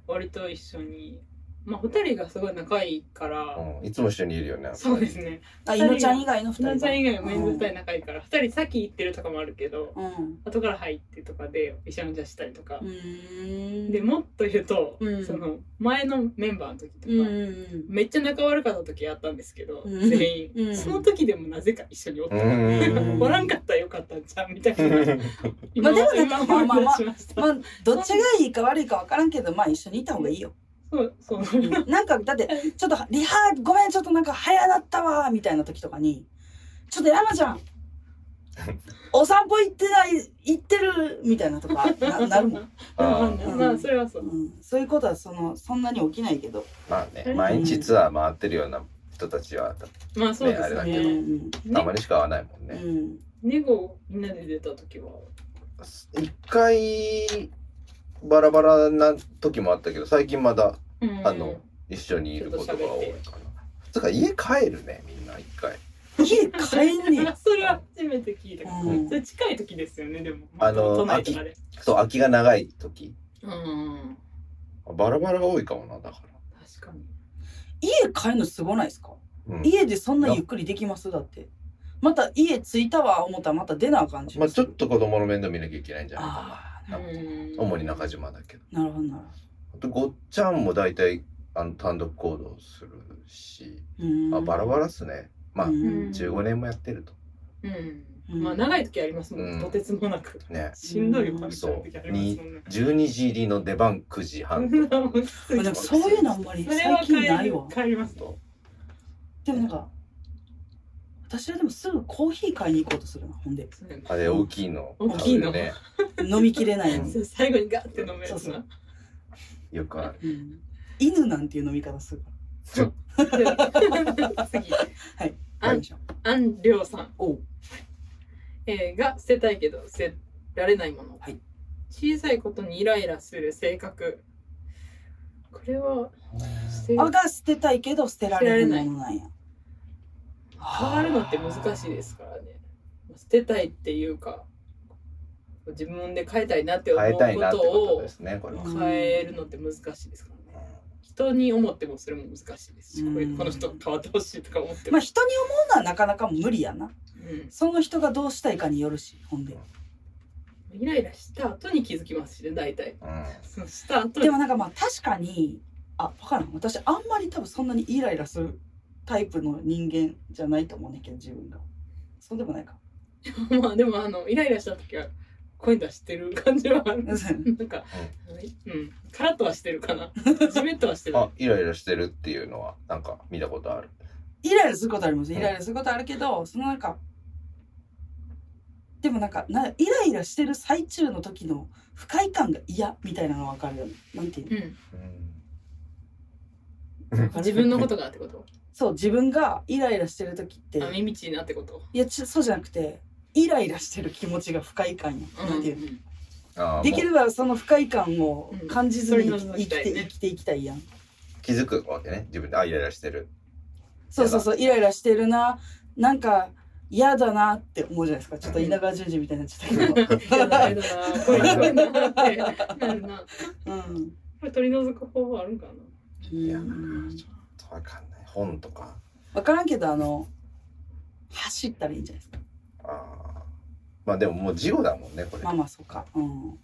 [SPEAKER 3] 割と一緒にまあ2人がすごい仲いいから、
[SPEAKER 4] うんいつも一緒にいるよね
[SPEAKER 3] そうですね
[SPEAKER 2] る、あいのちゃん以外の2人
[SPEAKER 3] 船ちゃん以外も演奏
[SPEAKER 2] う
[SPEAKER 3] 隊仲いいから、二2人先行ってるとかもあるけ
[SPEAKER 2] ん
[SPEAKER 3] ど
[SPEAKER 2] うん
[SPEAKER 3] 後から入ってとかで一緒に出したりとか、で
[SPEAKER 2] で
[SPEAKER 3] もっと言うと、
[SPEAKER 2] うん
[SPEAKER 3] その前のメンバーの時とか、
[SPEAKER 2] うんうん
[SPEAKER 3] めっちゃ仲悪かった時あったんですけど、
[SPEAKER 2] うん
[SPEAKER 3] 全員、
[SPEAKER 2] うん
[SPEAKER 3] その時でもなぜか一緒におっ
[SPEAKER 4] う
[SPEAKER 3] た、
[SPEAKER 4] ん
[SPEAKER 3] おらんかったらよかったんちゃうみたいな
[SPEAKER 2] まあでもね
[SPEAKER 3] 今思
[SPEAKER 2] まあまあ
[SPEAKER 3] い
[SPEAKER 2] まあ
[SPEAKER 3] 出しました
[SPEAKER 2] まあどっちがいいか悪いか分からんけどまあ一緒にいた方がいいよ。
[SPEAKER 3] そうそう
[SPEAKER 2] なんかだってちょっとリハごめんちょっとなんか早だったわみたいな時とかに「ちょっと山ちゃんお散歩行ってない行ってる」みたいなとかななるもん、
[SPEAKER 4] あ
[SPEAKER 3] わかんない
[SPEAKER 4] ー
[SPEAKER 3] まあそれはそうう、
[SPEAKER 2] ん。そういうことはそのそんなに起きないけど。
[SPEAKER 4] まあね毎日ツアー回ってるような人たちは
[SPEAKER 3] まあそうで
[SPEAKER 4] ねあれ
[SPEAKER 3] す
[SPEAKER 4] だ
[SPEAKER 2] う
[SPEAKER 4] け
[SPEAKER 2] ん
[SPEAKER 4] ど
[SPEAKER 3] ね
[SPEAKER 4] たまにしか会わないもん
[SPEAKER 2] う
[SPEAKER 4] ね
[SPEAKER 2] ん
[SPEAKER 3] ネゴみんなで出た時は
[SPEAKER 4] 一回バラバラな時もあったけど最近まだ
[SPEAKER 3] うん
[SPEAKER 4] あの一緒にいることが多い
[SPEAKER 3] ちょっ
[SPEAKER 4] かなつうか家帰るねみんな一回
[SPEAKER 2] うん、家帰んねん
[SPEAKER 3] それは初めて聞いた、
[SPEAKER 2] うん
[SPEAKER 3] それ近い時ですよねでも
[SPEAKER 4] あの
[SPEAKER 3] 都内とかで
[SPEAKER 4] そう空きが長い時
[SPEAKER 3] うん
[SPEAKER 4] バラバラが多いかもなだか
[SPEAKER 3] 確かに
[SPEAKER 2] 家帰るのすごないですか、
[SPEAKER 4] ら、うん
[SPEAKER 2] 家でそんなゆっくりできますだってまた家着いたわ思ったらまた出なあかんし、
[SPEAKER 4] まあちょっと子供の面倒見なきゃいけないんじゃないか
[SPEAKER 2] あ
[SPEAKER 4] な
[SPEAKER 3] うん
[SPEAKER 4] な主に中島だけど
[SPEAKER 2] あなるほどなる
[SPEAKER 4] あとごっちゃんも大体あの単独行動するし、
[SPEAKER 2] ほど
[SPEAKER 4] あバラ
[SPEAKER 2] ラ
[SPEAKER 4] バラっすねまあ、
[SPEAKER 3] ん
[SPEAKER 4] 15年もやってると
[SPEAKER 3] うん
[SPEAKER 2] うん
[SPEAKER 3] まあ長い時ありますもん、
[SPEAKER 4] うん
[SPEAKER 3] とてつも なく
[SPEAKER 4] ね
[SPEAKER 3] しんどいわ
[SPEAKER 2] うん
[SPEAKER 3] みたいな時ありますもんね
[SPEAKER 4] 12時入りの出番9時半と か
[SPEAKER 2] まあでもそういうのあんまり
[SPEAKER 3] それは
[SPEAKER 2] 最
[SPEAKER 3] 帰
[SPEAKER 2] 近ない
[SPEAKER 3] り
[SPEAKER 2] わ
[SPEAKER 3] 帰ります
[SPEAKER 2] でもなんか私はでもすぐコーヒー買いに行こうとするなほんで
[SPEAKER 4] あれ大きいの
[SPEAKER 3] 大きいの
[SPEAKER 4] 買うよね
[SPEAKER 2] 飲みきれないの、
[SPEAKER 3] そう最後にガッて飲めるやつな
[SPEAKER 4] よくあ る
[SPEAKER 2] うん犬なんていう飲み方するか
[SPEAKER 3] では 次
[SPEAKER 2] ら
[SPEAKER 3] あ
[SPEAKER 2] あるでしょ
[SPEAKER 3] アンリョウさん
[SPEAKER 2] おう
[SPEAKER 3] えーが捨てたいけど捨てられないもの、
[SPEAKER 2] はい
[SPEAKER 3] 小さいことにイライラする性格これは捨て
[SPEAKER 2] あが捨てたいけど捨てられるものなんや
[SPEAKER 3] 変わるのって難しいですからね捨てたいっていうか自分で変えたいなって思
[SPEAKER 4] 変
[SPEAKER 3] う
[SPEAKER 4] えたいなっ
[SPEAKER 3] こ
[SPEAKER 4] て
[SPEAKER 3] と
[SPEAKER 4] こと
[SPEAKER 3] を
[SPEAKER 4] ですねこれは
[SPEAKER 2] うん
[SPEAKER 3] 変えるのって難しいですからね人に思ってもそれも難しいですしこれ
[SPEAKER 2] うん
[SPEAKER 3] この人変わってほしいとか思って
[SPEAKER 2] ま
[SPEAKER 3] も
[SPEAKER 2] あ、人に思うのはなかなか無理やな
[SPEAKER 3] うん
[SPEAKER 2] その人がどうしたいかによるしほんで
[SPEAKER 3] イライラした後に気づきますしね大体
[SPEAKER 4] うん
[SPEAKER 3] そのした後
[SPEAKER 2] で
[SPEAKER 3] に
[SPEAKER 2] もなんかまあ確かにあ分からん私あんまり多分そんなにイライラするタイプの人間じゃないと思うねんけど自分がそうでもないか
[SPEAKER 3] まあでもあのイライラした時は声出してる感じはあるなんか、うん、カラッとはしてるかな。ジメッとはしてる。
[SPEAKER 4] あイライラしてるっていうのはなんか見たことある
[SPEAKER 2] イライラすることあります
[SPEAKER 4] う
[SPEAKER 2] イ
[SPEAKER 4] ん
[SPEAKER 2] ライラすることあるけどそのなんかでもなんかなイライラしてる最中の時の不快感が嫌みたいなの分かるよねなんていう
[SPEAKER 3] うん、
[SPEAKER 4] うん
[SPEAKER 3] 自分のことがってこと。
[SPEAKER 2] そう自分がイライラしてる時って
[SPEAKER 3] あ、みちいなってこと。
[SPEAKER 2] いやちそうじゃなくてイライラしてる気持ちが不快感や、
[SPEAKER 3] う
[SPEAKER 2] なん
[SPEAKER 3] ん
[SPEAKER 2] ていう
[SPEAKER 4] あー
[SPEAKER 2] でき
[SPEAKER 4] も
[SPEAKER 2] ればその不快感を感じずに
[SPEAKER 3] う
[SPEAKER 2] 生
[SPEAKER 3] んそれ
[SPEAKER 2] き
[SPEAKER 3] に臨みた
[SPEAKER 2] て
[SPEAKER 3] い
[SPEAKER 2] 生
[SPEAKER 3] ね
[SPEAKER 2] きていきたいやん。
[SPEAKER 4] う気づくわけね自分であイライラしてる
[SPEAKER 2] そうそうそうイライラしてるななんか嫌だなって思うじゃないですかちょっと稲川淳二みたいになっちゃった けど、
[SPEAKER 3] いやだめだな、声聞こえんなってなるな。
[SPEAKER 2] うん
[SPEAKER 3] これ取り除く方法あるかな。
[SPEAKER 4] いや
[SPEAKER 2] うん
[SPEAKER 4] ーちょっとわかんない本とか
[SPEAKER 2] 分からんけどあの走ったらいいんじゃないですか
[SPEAKER 4] あーまあでももう事後だもんねこれ
[SPEAKER 2] まあまあそうか、うん、
[SPEAKER 4] い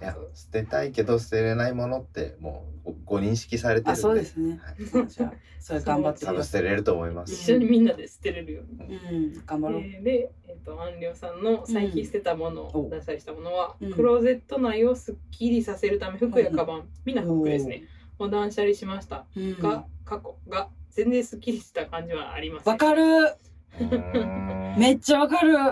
[SPEAKER 4] や捨てたいけど捨てれないものってもうごご認識されてるん
[SPEAKER 2] あそうです ね
[SPEAKER 4] はい
[SPEAKER 2] じゃあそれ頑張って
[SPEAKER 4] 多
[SPEAKER 2] くだ
[SPEAKER 4] 分
[SPEAKER 2] さ
[SPEAKER 4] 捨てれると思いま
[SPEAKER 3] 一
[SPEAKER 4] す。
[SPEAKER 3] 緒にみんなで捨てれるように。
[SPEAKER 2] いうん頑張ろう、
[SPEAKER 3] えーで、えっと、アンリョさんの最近捨てたもの、
[SPEAKER 2] うん
[SPEAKER 3] 断捨離したものは、
[SPEAKER 2] うん
[SPEAKER 3] クローゼット内をすっきりさせるため服やカバン、みんな服ですねを断捨離しました
[SPEAKER 2] おー、うん、
[SPEAKER 3] が、過去が全然すっきりした感じはありません
[SPEAKER 2] わかる
[SPEAKER 4] うーん
[SPEAKER 2] めっちゃわかる
[SPEAKER 3] な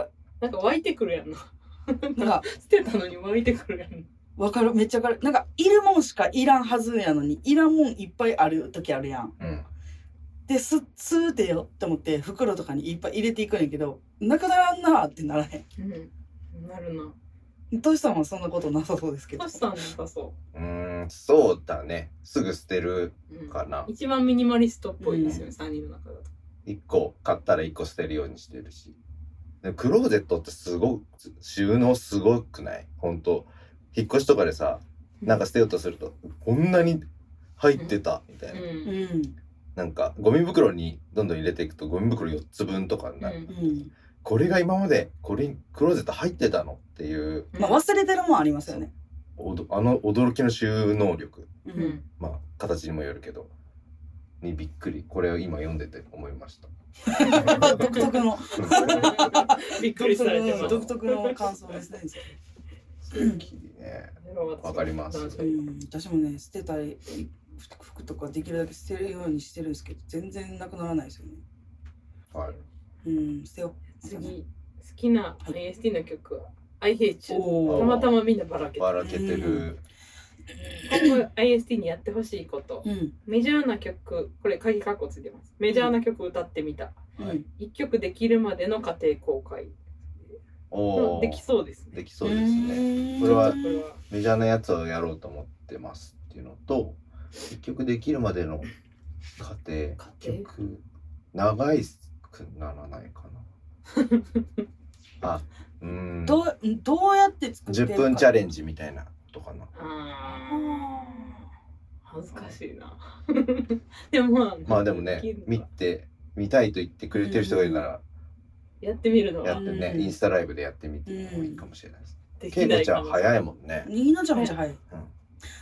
[SPEAKER 3] んか湧いてくるやんな。 なん
[SPEAKER 2] なん
[SPEAKER 3] か
[SPEAKER 2] か
[SPEAKER 3] 捨てたのに湧いてくるやん。
[SPEAKER 2] わかるめっちゃわかるなんかいるもんしかいらんはずやのにいらんもんいっぱいある時あるやん
[SPEAKER 4] うん
[SPEAKER 2] で、す、すーてよって思って、袋とかにいっぱい入れていくんやけど、なくならんなーってならへ
[SPEAKER 3] うん。なるな。
[SPEAKER 2] ん。トシさんはそんなことなさそうですけど
[SPEAKER 3] ト。シさんなさそう
[SPEAKER 4] ーん、そうだね。すぐ捨てる
[SPEAKER 3] う。うん
[SPEAKER 4] かな。
[SPEAKER 3] 一番ミニマリストっぽいですよね、三人の中だと。
[SPEAKER 4] 一個買ったら一個捨てるようにしてるし。でクローゼットってすごく収納すごくない。本当引っ越しとかでさ、なんか捨てようとするとこんなに入ってたみた
[SPEAKER 3] う。
[SPEAKER 4] いな。
[SPEAKER 2] うんん。
[SPEAKER 4] なんかゴミ袋にどんどん入れていくとゴミ袋4つ分とかに
[SPEAKER 3] う。
[SPEAKER 4] なる。
[SPEAKER 2] うんん。
[SPEAKER 4] これが今までこれにクローゼット入ってたのっていう
[SPEAKER 2] まあ、忘れてるもんありますよね。
[SPEAKER 4] おどあの驚きの収納力。
[SPEAKER 2] う。
[SPEAKER 3] うんん。
[SPEAKER 4] まあ形にもよるけどにびっくりこれを今読んでて思いました
[SPEAKER 2] 独特の、
[SPEAKER 3] びっくりされて
[SPEAKER 2] 独特の
[SPEAKER 3] ます
[SPEAKER 4] ど。
[SPEAKER 2] 独特の感想ですね。
[SPEAKER 4] 素敵ねわかります
[SPEAKER 3] 断捨
[SPEAKER 2] う
[SPEAKER 3] 離
[SPEAKER 2] ん。私もね、捨てたり、服とかできるだけ捨てるようにしてるんですけど、全然なくならないですよね。
[SPEAKER 4] はい
[SPEAKER 2] うん、捨てよ
[SPEAKER 3] 次、好きな IST の曲は、I Hate
[SPEAKER 2] う。
[SPEAKER 3] You。
[SPEAKER 2] お
[SPEAKER 3] た
[SPEAKER 2] ー
[SPEAKER 3] またまみんなばらけて
[SPEAKER 4] ばらけてる
[SPEAKER 3] 今後 IST にやってほしいこと。
[SPEAKER 2] うん。
[SPEAKER 3] メジャーな曲、これ鍵括弧ついてます。メジャーな曲歌ってみた。
[SPEAKER 2] うん。
[SPEAKER 3] 一曲できるまでの家庭公開。
[SPEAKER 4] おお
[SPEAKER 3] できそうですね。
[SPEAKER 4] できそうですね
[SPEAKER 2] ね
[SPEAKER 4] これは
[SPEAKER 3] これは
[SPEAKER 4] メジャーなやつをやろうと思ってますっていうのと結局できるまでの過程
[SPEAKER 3] 家庭
[SPEAKER 4] 曲長いくならないかな あうん
[SPEAKER 2] どう、どうやって作ってる
[SPEAKER 4] 10分チャレンジみたいなことかな
[SPEAKER 3] あー恥ずかしいな。でもまあ、
[SPEAKER 4] まあでもね
[SPEAKER 3] きるの
[SPEAKER 4] 見
[SPEAKER 3] か
[SPEAKER 4] て見たいと言ってくれてる人がいるなら
[SPEAKER 3] やってみるの
[SPEAKER 4] やっ
[SPEAKER 3] は
[SPEAKER 4] てね、
[SPEAKER 2] うん
[SPEAKER 4] インスタライブでやってみてもいいかもしれないです。
[SPEAKER 3] で
[SPEAKER 4] け
[SPEAKER 3] き
[SPEAKER 4] いこ
[SPEAKER 3] ない
[SPEAKER 4] ちゃ
[SPEAKER 3] か
[SPEAKER 4] ん
[SPEAKER 3] も。
[SPEAKER 4] 早いもんね。
[SPEAKER 2] ニーナちゃんめっちゃ早い、
[SPEAKER 4] うん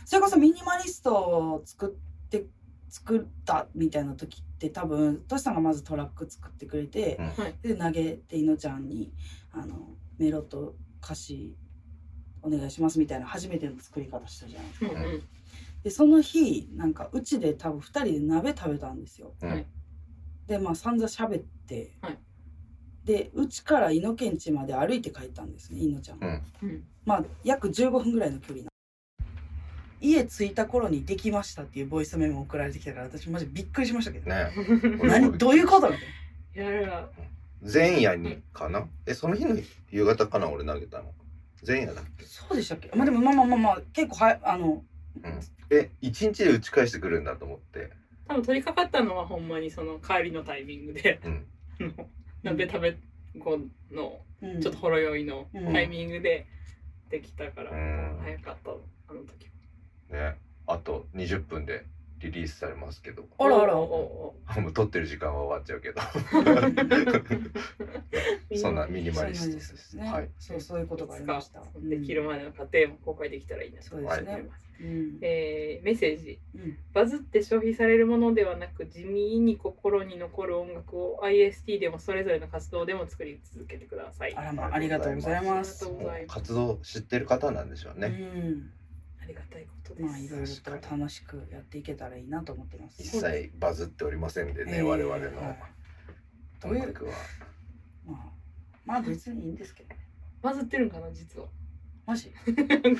[SPEAKER 2] それこそミニマリストを作って作ったみたいな時って多分トシさんがまずトラック作ってくれて、
[SPEAKER 3] うんはい
[SPEAKER 2] で投げていのちゃんにあのメロと歌詞お願いしますみたいな初めての作り方したじゃん
[SPEAKER 3] うんうん
[SPEAKER 2] でその日なんかうちで多分2人で鍋食べたんですよ、
[SPEAKER 4] うん
[SPEAKER 2] でまあ散々喋って、
[SPEAKER 3] はい
[SPEAKER 2] でうちからいのけんちまで歩いて帰ったんですねいのちゃん
[SPEAKER 3] うん
[SPEAKER 2] まあ約15分ぐらいの距離な家着いた頃にできましたっていうボイスメモ送られてきたから私マジびっくりしましたけど、
[SPEAKER 4] ね、俺も
[SPEAKER 2] 何どういうことみたい
[SPEAKER 3] いやいや、
[SPEAKER 4] 前夜にかなえ、その日の夕方かな俺投げたの。前夜だっ
[SPEAKER 2] なそうでしたっけまあでもまあまあまあまあ結構はいあの
[SPEAKER 4] けえ、一日で打ち返してくるんだと思って。
[SPEAKER 3] 多分取り掛かったのはほんまにその帰りのタイミングで、
[SPEAKER 4] うん。
[SPEAKER 3] あの鍋食べ後の
[SPEAKER 2] うん
[SPEAKER 3] ちょっとほろ酔いの
[SPEAKER 2] うん
[SPEAKER 3] タイミングでできたから、
[SPEAKER 4] うん
[SPEAKER 3] 早かったあの時は
[SPEAKER 4] ね。あと20分でリリースされますけど
[SPEAKER 2] あらあら
[SPEAKER 3] おお
[SPEAKER 4] もう撮ってる時間は終わっちゃうけ ど
[SPEAKER 3] お
[SPEAKER 4] そんなミニマリ
[SPEAKER 2] そう
[SPEAKER 4] スト
[SPEAKER 2] なんですね
[SPEAKER 4] はい
[SPEAKER 2] そうそういうことがありました
[SPEAKER 3] いつかできるまでの過程も公開できたらいいなと
[SPEAKER 2] そう
[SPEAKER 3] 思い
[SPEAKER 2] で
[SPEAKER 3] ますす。
[SPEAKER 2] ね、うん
[SPEAKER 3] えーメッセージ
[SPEAKER 2] うん
[SPEAKER 3] バズって消費されるものではなく地味に心に残る音楽を IST でもそれぞれの活動でも作り続けてください。
[SPEAKER 2] あ
[SPEAKER 3] あ
[SPEAKER 2] らまあありがとうございます
[SPEAKER 3] ありがとうございます
[SPEAKER 4] 活動知ってる方なんでしょうね、
[SPEAKER 3] りがたいこと
[SPEAKER 2] う
[SPEAKER 3] で
[SPEAKER 2] んま
[SPEAKER 3] す。
[SPEAKER 2] あいろいろと楽しくやっていけたらいいなと思ってます
[SPEAKER 4] 一切バズっておりませんでね、
[SPEAKER 2] えー
[SPEAKER 4] 我々
[SPEAKER 2] は
[SPEAKER 4] の
[SPEAKER 2] い
[SPEAKER 4] 音楽は
[SPEAKER 2] まあまあ別にいいんですけど
[SPEAKER 3] バズってるんかな実は。
[SPEAKER 2] マジ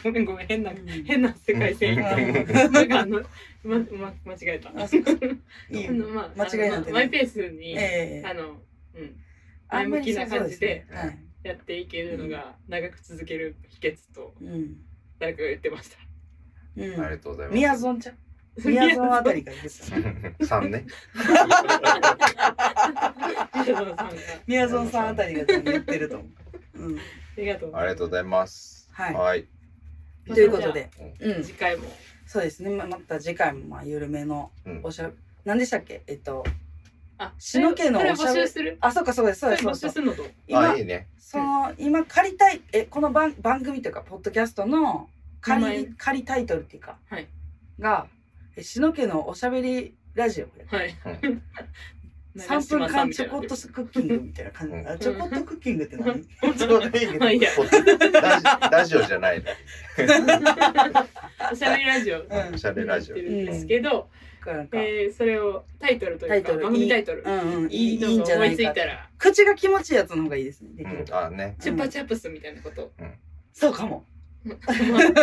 [SPEAKER 3] ごめんごめん変 な
[SPEAKER 2] うん
[SPEAKER 3] 変な世界線。
[SPEAKER 4] うん
[SPEAKER 3] なんかあのまま間違えた。
[SPEAKER 2] あそうかいい
[SPEAKER 3] あのまあ
[SPEAKER 2] 間違いなんて
[SPEAKER 3] あ
[SPEAKER 2] な
[SPEAKER 3] のマ
[SPEAKER 2] い
[SPEAKER 3] イペースに、
[SPEAKER 2] ええ
[SPEAKER 3] あのうん
[SPEAKER 2] あんまり
[SPEAKER 3] 前向きな感じで
[SPEAKER 2] そうすね
[SPEAKER 3] やっていけるのが長く続ける秘訣と
[SPEAKER 2] はいうん
[SPEAKER 3] 誰かが言ってました。
[SPEAKER 2] う
[SPEAKER 4] ありが
[SPEAKER 2] ん
[SPEAKER 4] とうございます
[SPEAKER 2] みやぞんちゃんみやぞんあたりからですよね
[SPEAKER 4] 3ね
[SPEAKER 3] みやぞんさんがあ
[SPEAKER 2] みやぞんさんあたりが多分言ってると思う、うん、
[SPEAKER 3] りがとうご
[SPEAKER 4] あ
[SPEAKER 3] ざ
[SPEAKER 4] り
[SPEAKER 3] い
[SPEAKER 4] がとうございます
[SPEAKER 2] はい
[SPEAKER 4] はい、
[SPEAKER 2] ということでう
[SPEAKER 3] ます。
[SPEAKER 2] ん
[SPEAKER 3] 次回も
[SPEAKER 2] そうですねままた次回もまあ緩めの
[SPEAKER 4] うん
[SPEAKER 2] おしゃ何でしたっけえっと
[SPEAKER 3] あ
[SPEAKER 2] しのけの
[SPEAKER 3] それ
[SPEAKER 2] おしゃべ
[SPEAKER 3] 募集する。
[SPEAKER 2] あそうかそうですそ
[SPEAKER 3] そうれ
[SPEAKER 2] ですそう
[SPEAKER 3] 募
[SPEAKER 2] です
[SPEAKER 3] 集するのと。
[SPEAKER 2] 今
[SPEAKER 4] あいいね
[SPEAKER 2] その今借りたいえこの番番組というかポッドキャストの
[SPEAKER 3] 名前
[SPEAKER 2] 仮仮タイトルっていうか、
[SPEAKER 3] はい
[SPEAKER 2] が「えしのけのおしゃべりラジオ」
[SPEAKER 3] はい。
[SPEAKER 2] 3分間ちょこっとクッキングみたいな感じ、
[SPEAKER 4] うん
[SPEAKER 2] あちょこっとクッキングって何ちょう どいいけ
[SPEAKER 3] ま
[SPEAKER 2] ど
[SPEAKER 3] あいいや。
[SPEAKER 4] ポッドラジラジオじゃないね
[SPEAKER 3] おしゃべりラジオ。
[SPEAKER 2] うん
[SPEAKER 4] おしゃれラジオ
[SPEAKER 3] やってるんですけど、
[SPEAKER 2] なんか、
[SPEAKER 3] えーそれをタイトルと
[SPEAKER 2] タ
[SPEAKER 3] い
[SPEAKER 2] イ
[SPEAKER 3] うか
[SPEAKER 2] トル
[SPEAKER 3] 番組タイトル
[SPEAKER 2] う。んうん、いい
[SPEAKER 3] いい
[SPEAKER 2] いいん
[SPEAKER 3] の
[SPEAKER 2] じゃ
[SPEAKER 3] が
[SPEAKER 2] な
[SPEAKER 3] 思い
[SPEAKER 2] い
[SPEAKER 3] つい
[SPEAKER 2] か
[SPEAKER 3] たら、
[SPEAKER 2] 口が気持ちいいやつの方がいいですねで
[SPEAKER 4] う
[SPEAKER 2] きる
[SPEAKER 4] ん
[SPEAKER 2] と、
[SPEAKER 4] あね
[SPEAKER 3] チュッパチャップスみたいなこと。
[SPEAKER 2] そうかも、
[SPEAKER 3] なん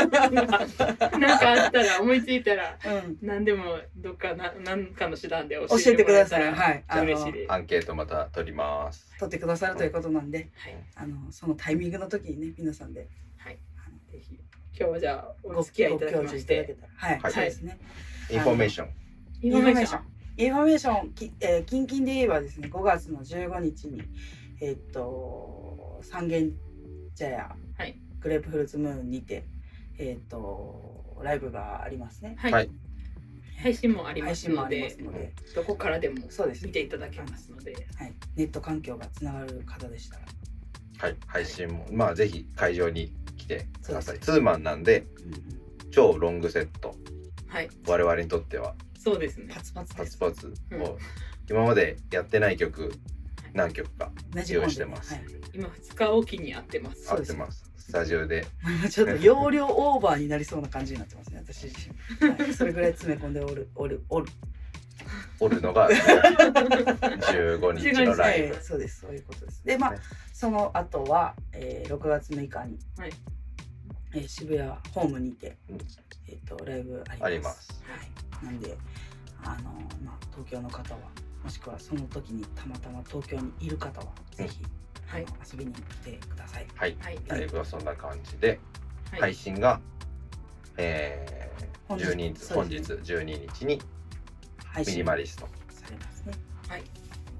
[SPEAKER 3] かあったら思いついたら。
[SPEAKER 2] うん、
[SPEAKER 3] 何でもどっかな何かの手段で
[SPEAKER 2] 教
[SPEAKER 3] 教
[SPEAKER 2] え
[SPEAKER 3] え
[SPEAKER 2] て
[SPEAKER 3] て
[SPEAKER 2] く
[SPEAKER 3] く
[SPEAKER 2] だ
[SPEAKER 3] だ
[SPEAKER 2] さい
[SPEAKER 3] さい。
[SPEAKER 2] はいあの
[SPEAKER 3] 嬉しいです。
[SPEAKER 4] アンケートまた取ります
[SPEAKER 2] 取ってくださるということなんで、
[SPEAKER 3] はい
[SPEAKER 2] あのそのタイミングの時にね皆さんで
[SPEAKER 3] ぜひ今日はじゃあお付き合いいただきま
[SPEAKER 2] 教授
[SPEAKER 3] し
[SPEAKER 2] いただ
[SPEAKER 3] て
[SPEAKER 2] けたらはい、
[SPEAKER 4] はい
[SPEAKER 2] そうですね
[SPEAKER 4] インフォメーション
[SPEAKER 3] イ
[SPEAKER 2] イ
[SPEAKER 3] ン
[SPEAKER 2] ン
[SPEAKER 3] フ
[SPEAKER 2] フ
[SPEAKER 3] ォ
[SPEAKER 2] ォ
[SPEAKER 3] メ
[SPEAKER 2] メ
[SPEAKER 3] ー
[SPEAKER 2] ー
[SPEAKER 3] シ
[SPEAKER 2] ショ
[SPEAKER 3] ョン
[SPEAKER 2] ン。インフォメーション、きえー、近々で言えばですね、5月の15日に、えーっと、三軒茶屋、
[SPEAKER 3] はい
[SPEAKER 2] グレープフルーツムーンにて、えーっと、ライブがありますね。
[SPEAKER 3] はい、
[SPEAKER 4] はい
[SPEAKER 3] 配信もありま
[SPEAKER 2] 配
[SPEAKER 3] す
[SPEAKER 2] 信も
[SPEAKER 3] の
[SPEAKER 2] ありま
[SPEAKER 3] です
[SPEAKER 2] ので、
[SPEAKER 3] どこからでも
[SPEAKER 2] そうです
[SPEAKER 3] 見
[SPEAKER 2] ね、
[SPEAKER 3] ていただけますので
[SPEAKER 2] はい。ネット環境がつながる方でしたら、
[SPEAKER 4] はい配信もまあぜひ会場に来てください
[SPEAKER 2] そう
[SPEAKER 4] ツーマンなんで
[SPEAKER 2] うんうん
[SPEAKER 4] 超ロングセット
[SPEAKER 3] はい
[SPEAKER 4] 我々にとっては
[SPEAKER 3] そうですね
[SPEAKER 2] パツパツ
[SPEAKER 4] パ
[SPEAKER 2] で
[SPEAKER 4] ツ
[SPEAKER 2] す。
[SPEAKER 4] パツを今までやってない曲何曲か
[SPEAKER 2] ねじ込んで
[SPEAKER 4] 用意
[SPEAKER 2] ね
[SPEAKER 4] してます
[SPEAKER 2] はい
[SPEAKER 3] 今2日おきに会ってます
[SPEAKER 4] 合
[SPEAKER 2] そう
[SPEAKER 4] っ
[SPEAKER 2] です
[SPEAKER 4] てますスタジオで
[SPEAKER 2] まあちょっと容量オーバーになりそうな感じになってますね、私自身。はい、それぐらい詰め込んでおる、おる、おる。
[SPEAKER 4] おるのが 15日のライ
[SPEAKER 2] えーそうです、そういうことです。で、まあ、
[SPEAKER 4] ね
[SPEAKER 2] その後は、えー、6月6日に、
[SPEAKER 3] はい
[SPEAKER 2] えー渋谷ホームにて、
[SPEAKER 4] うん
[SPEAKER 2] えっ、と、ライブあります。
[SPEAKER 4] あります
[SPEAKER 2] はい。なんで、あのーまあ、東京の方は、もしくはその時にたまたま東京にいる方は、ぜひ、あ
[SPEAKER 3] はい
[SPEAKER 2] の遊びに来てください。
[SPEAKER 4] ブはい
[SPEAKER 3] はい
[SPEAKER 4] ライブはそんな感じで
[SPEAKER 3] はい、
[SPEAKER 4] 配信がえー
[SPEAKER 2] 本日
[SPEAKER 4] 12日
[SPEAKER 2] そう
[SPEAKER 4] 本
[SPEAKER 2] で
[SPEAKER 4] 日
[SPEAKER 2] す
[SPEAKER 4] 12日に
[SPEAKER 2] 配
[SPEAKER 4] ミ
[SPEAKER 2] 信
[SPEAKER 4] ニマリスト
[SPEAKER 2] されますね。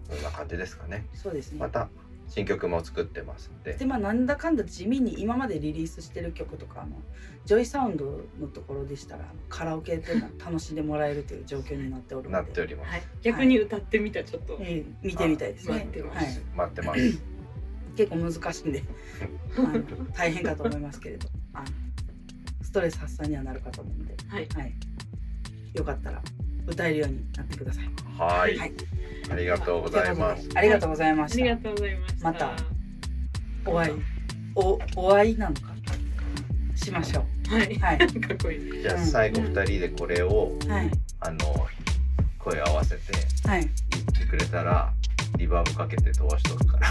[SPEAKER 4] こんな感じですかね
[SPEAKER 2] そうですね。
[SPEAKER 4] また新曲も作ってますんで
[SPEAKER 2] でまあなんだかんだ地味に今までリリースしてる曲とかあのジョイサウンドのところでしたらあのカラオケっていうのは楽しんでもらえるという状況になっておる
[SPEAKER 4] な
[SPEAKER 2] の
[SPEAKER 4] っ
[SPEAKER 2] で
[SPEAKER 4] ております
[SPEAKER 3] はい、逆に歌ってみたちょっと、
[SPEAKER 2] えー見てみたいです
[SPEAKER 3] 待っ
[SPEAKER 2] ね
[SPEAKER 3] てま
[SPEAKER 2] は
[SPEAKER 3] す
[SPEAKER 2] い、
[SPEAKER 4] 待ってます
[SPEAKER 2] 結構難しいんであの大変かと思いますけれどあのストレス発散にはなるかと思うので、
[SPEAKER 3] はい
[SPEAKER 2] はい、よかったら歌えるようになってください。
[SPEAKER 4] はい
[SPEAKER 2] はい
[SPEAKER 4] ありがとうご
[SPEAKER 2] と
[SPEAKER 4] ざ
[SPEAKER 2] い
[SPEAKER 4] いう
[SPEAKER 2] こ
[SPEAKER 4] ま
[SPEAKER 2] と
[SPEAKER 4] す
[SPEAKER 2] でありがとうございま
[SPEAKER 3] あ
[SPEAKER 2] し
[SPEAKER 3] り
[SPEAKER 2] た。
[SPEAKER 3] がとうございました
[SPEAKER 2] またお会いおお会いなのかしましょ
[SPEAKER 3] はい、
[SPEAKER 2] う。はい
[SPEAKER 3] かっこいい
[SPEAKER 4] じゃあ最後2人でこれを
[SPEAKER 2] はい
[SPEAKER 4] あの声合わせて
[SPEAKER 2] はい。
[SPEAKER 4] 言ってくれたらリバーブかけて飛ばしとくから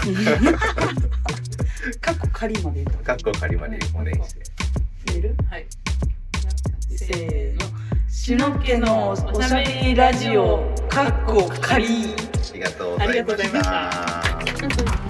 [SPEAKER 2] かっこ仮まで言った
[SPEAKER 4] かっこ仮までお願いして
[SPEAKER 2] 入れる
[SPEAKER 3] はい
[SPEAKER 2] せ
[SPEAKER 3] せ
[SPEAKER 2] ー
[SPEAKER 3] ー
[SPEAKER 2] の
[SPEAKER 3] の
[SPEAKER 2] しのっけのおしゃべりラジオかっこ仮
[SPEAKER 4] ありがとうございま
[SPEAKER 3] ありがとうございま
[SPEAKER 4] した。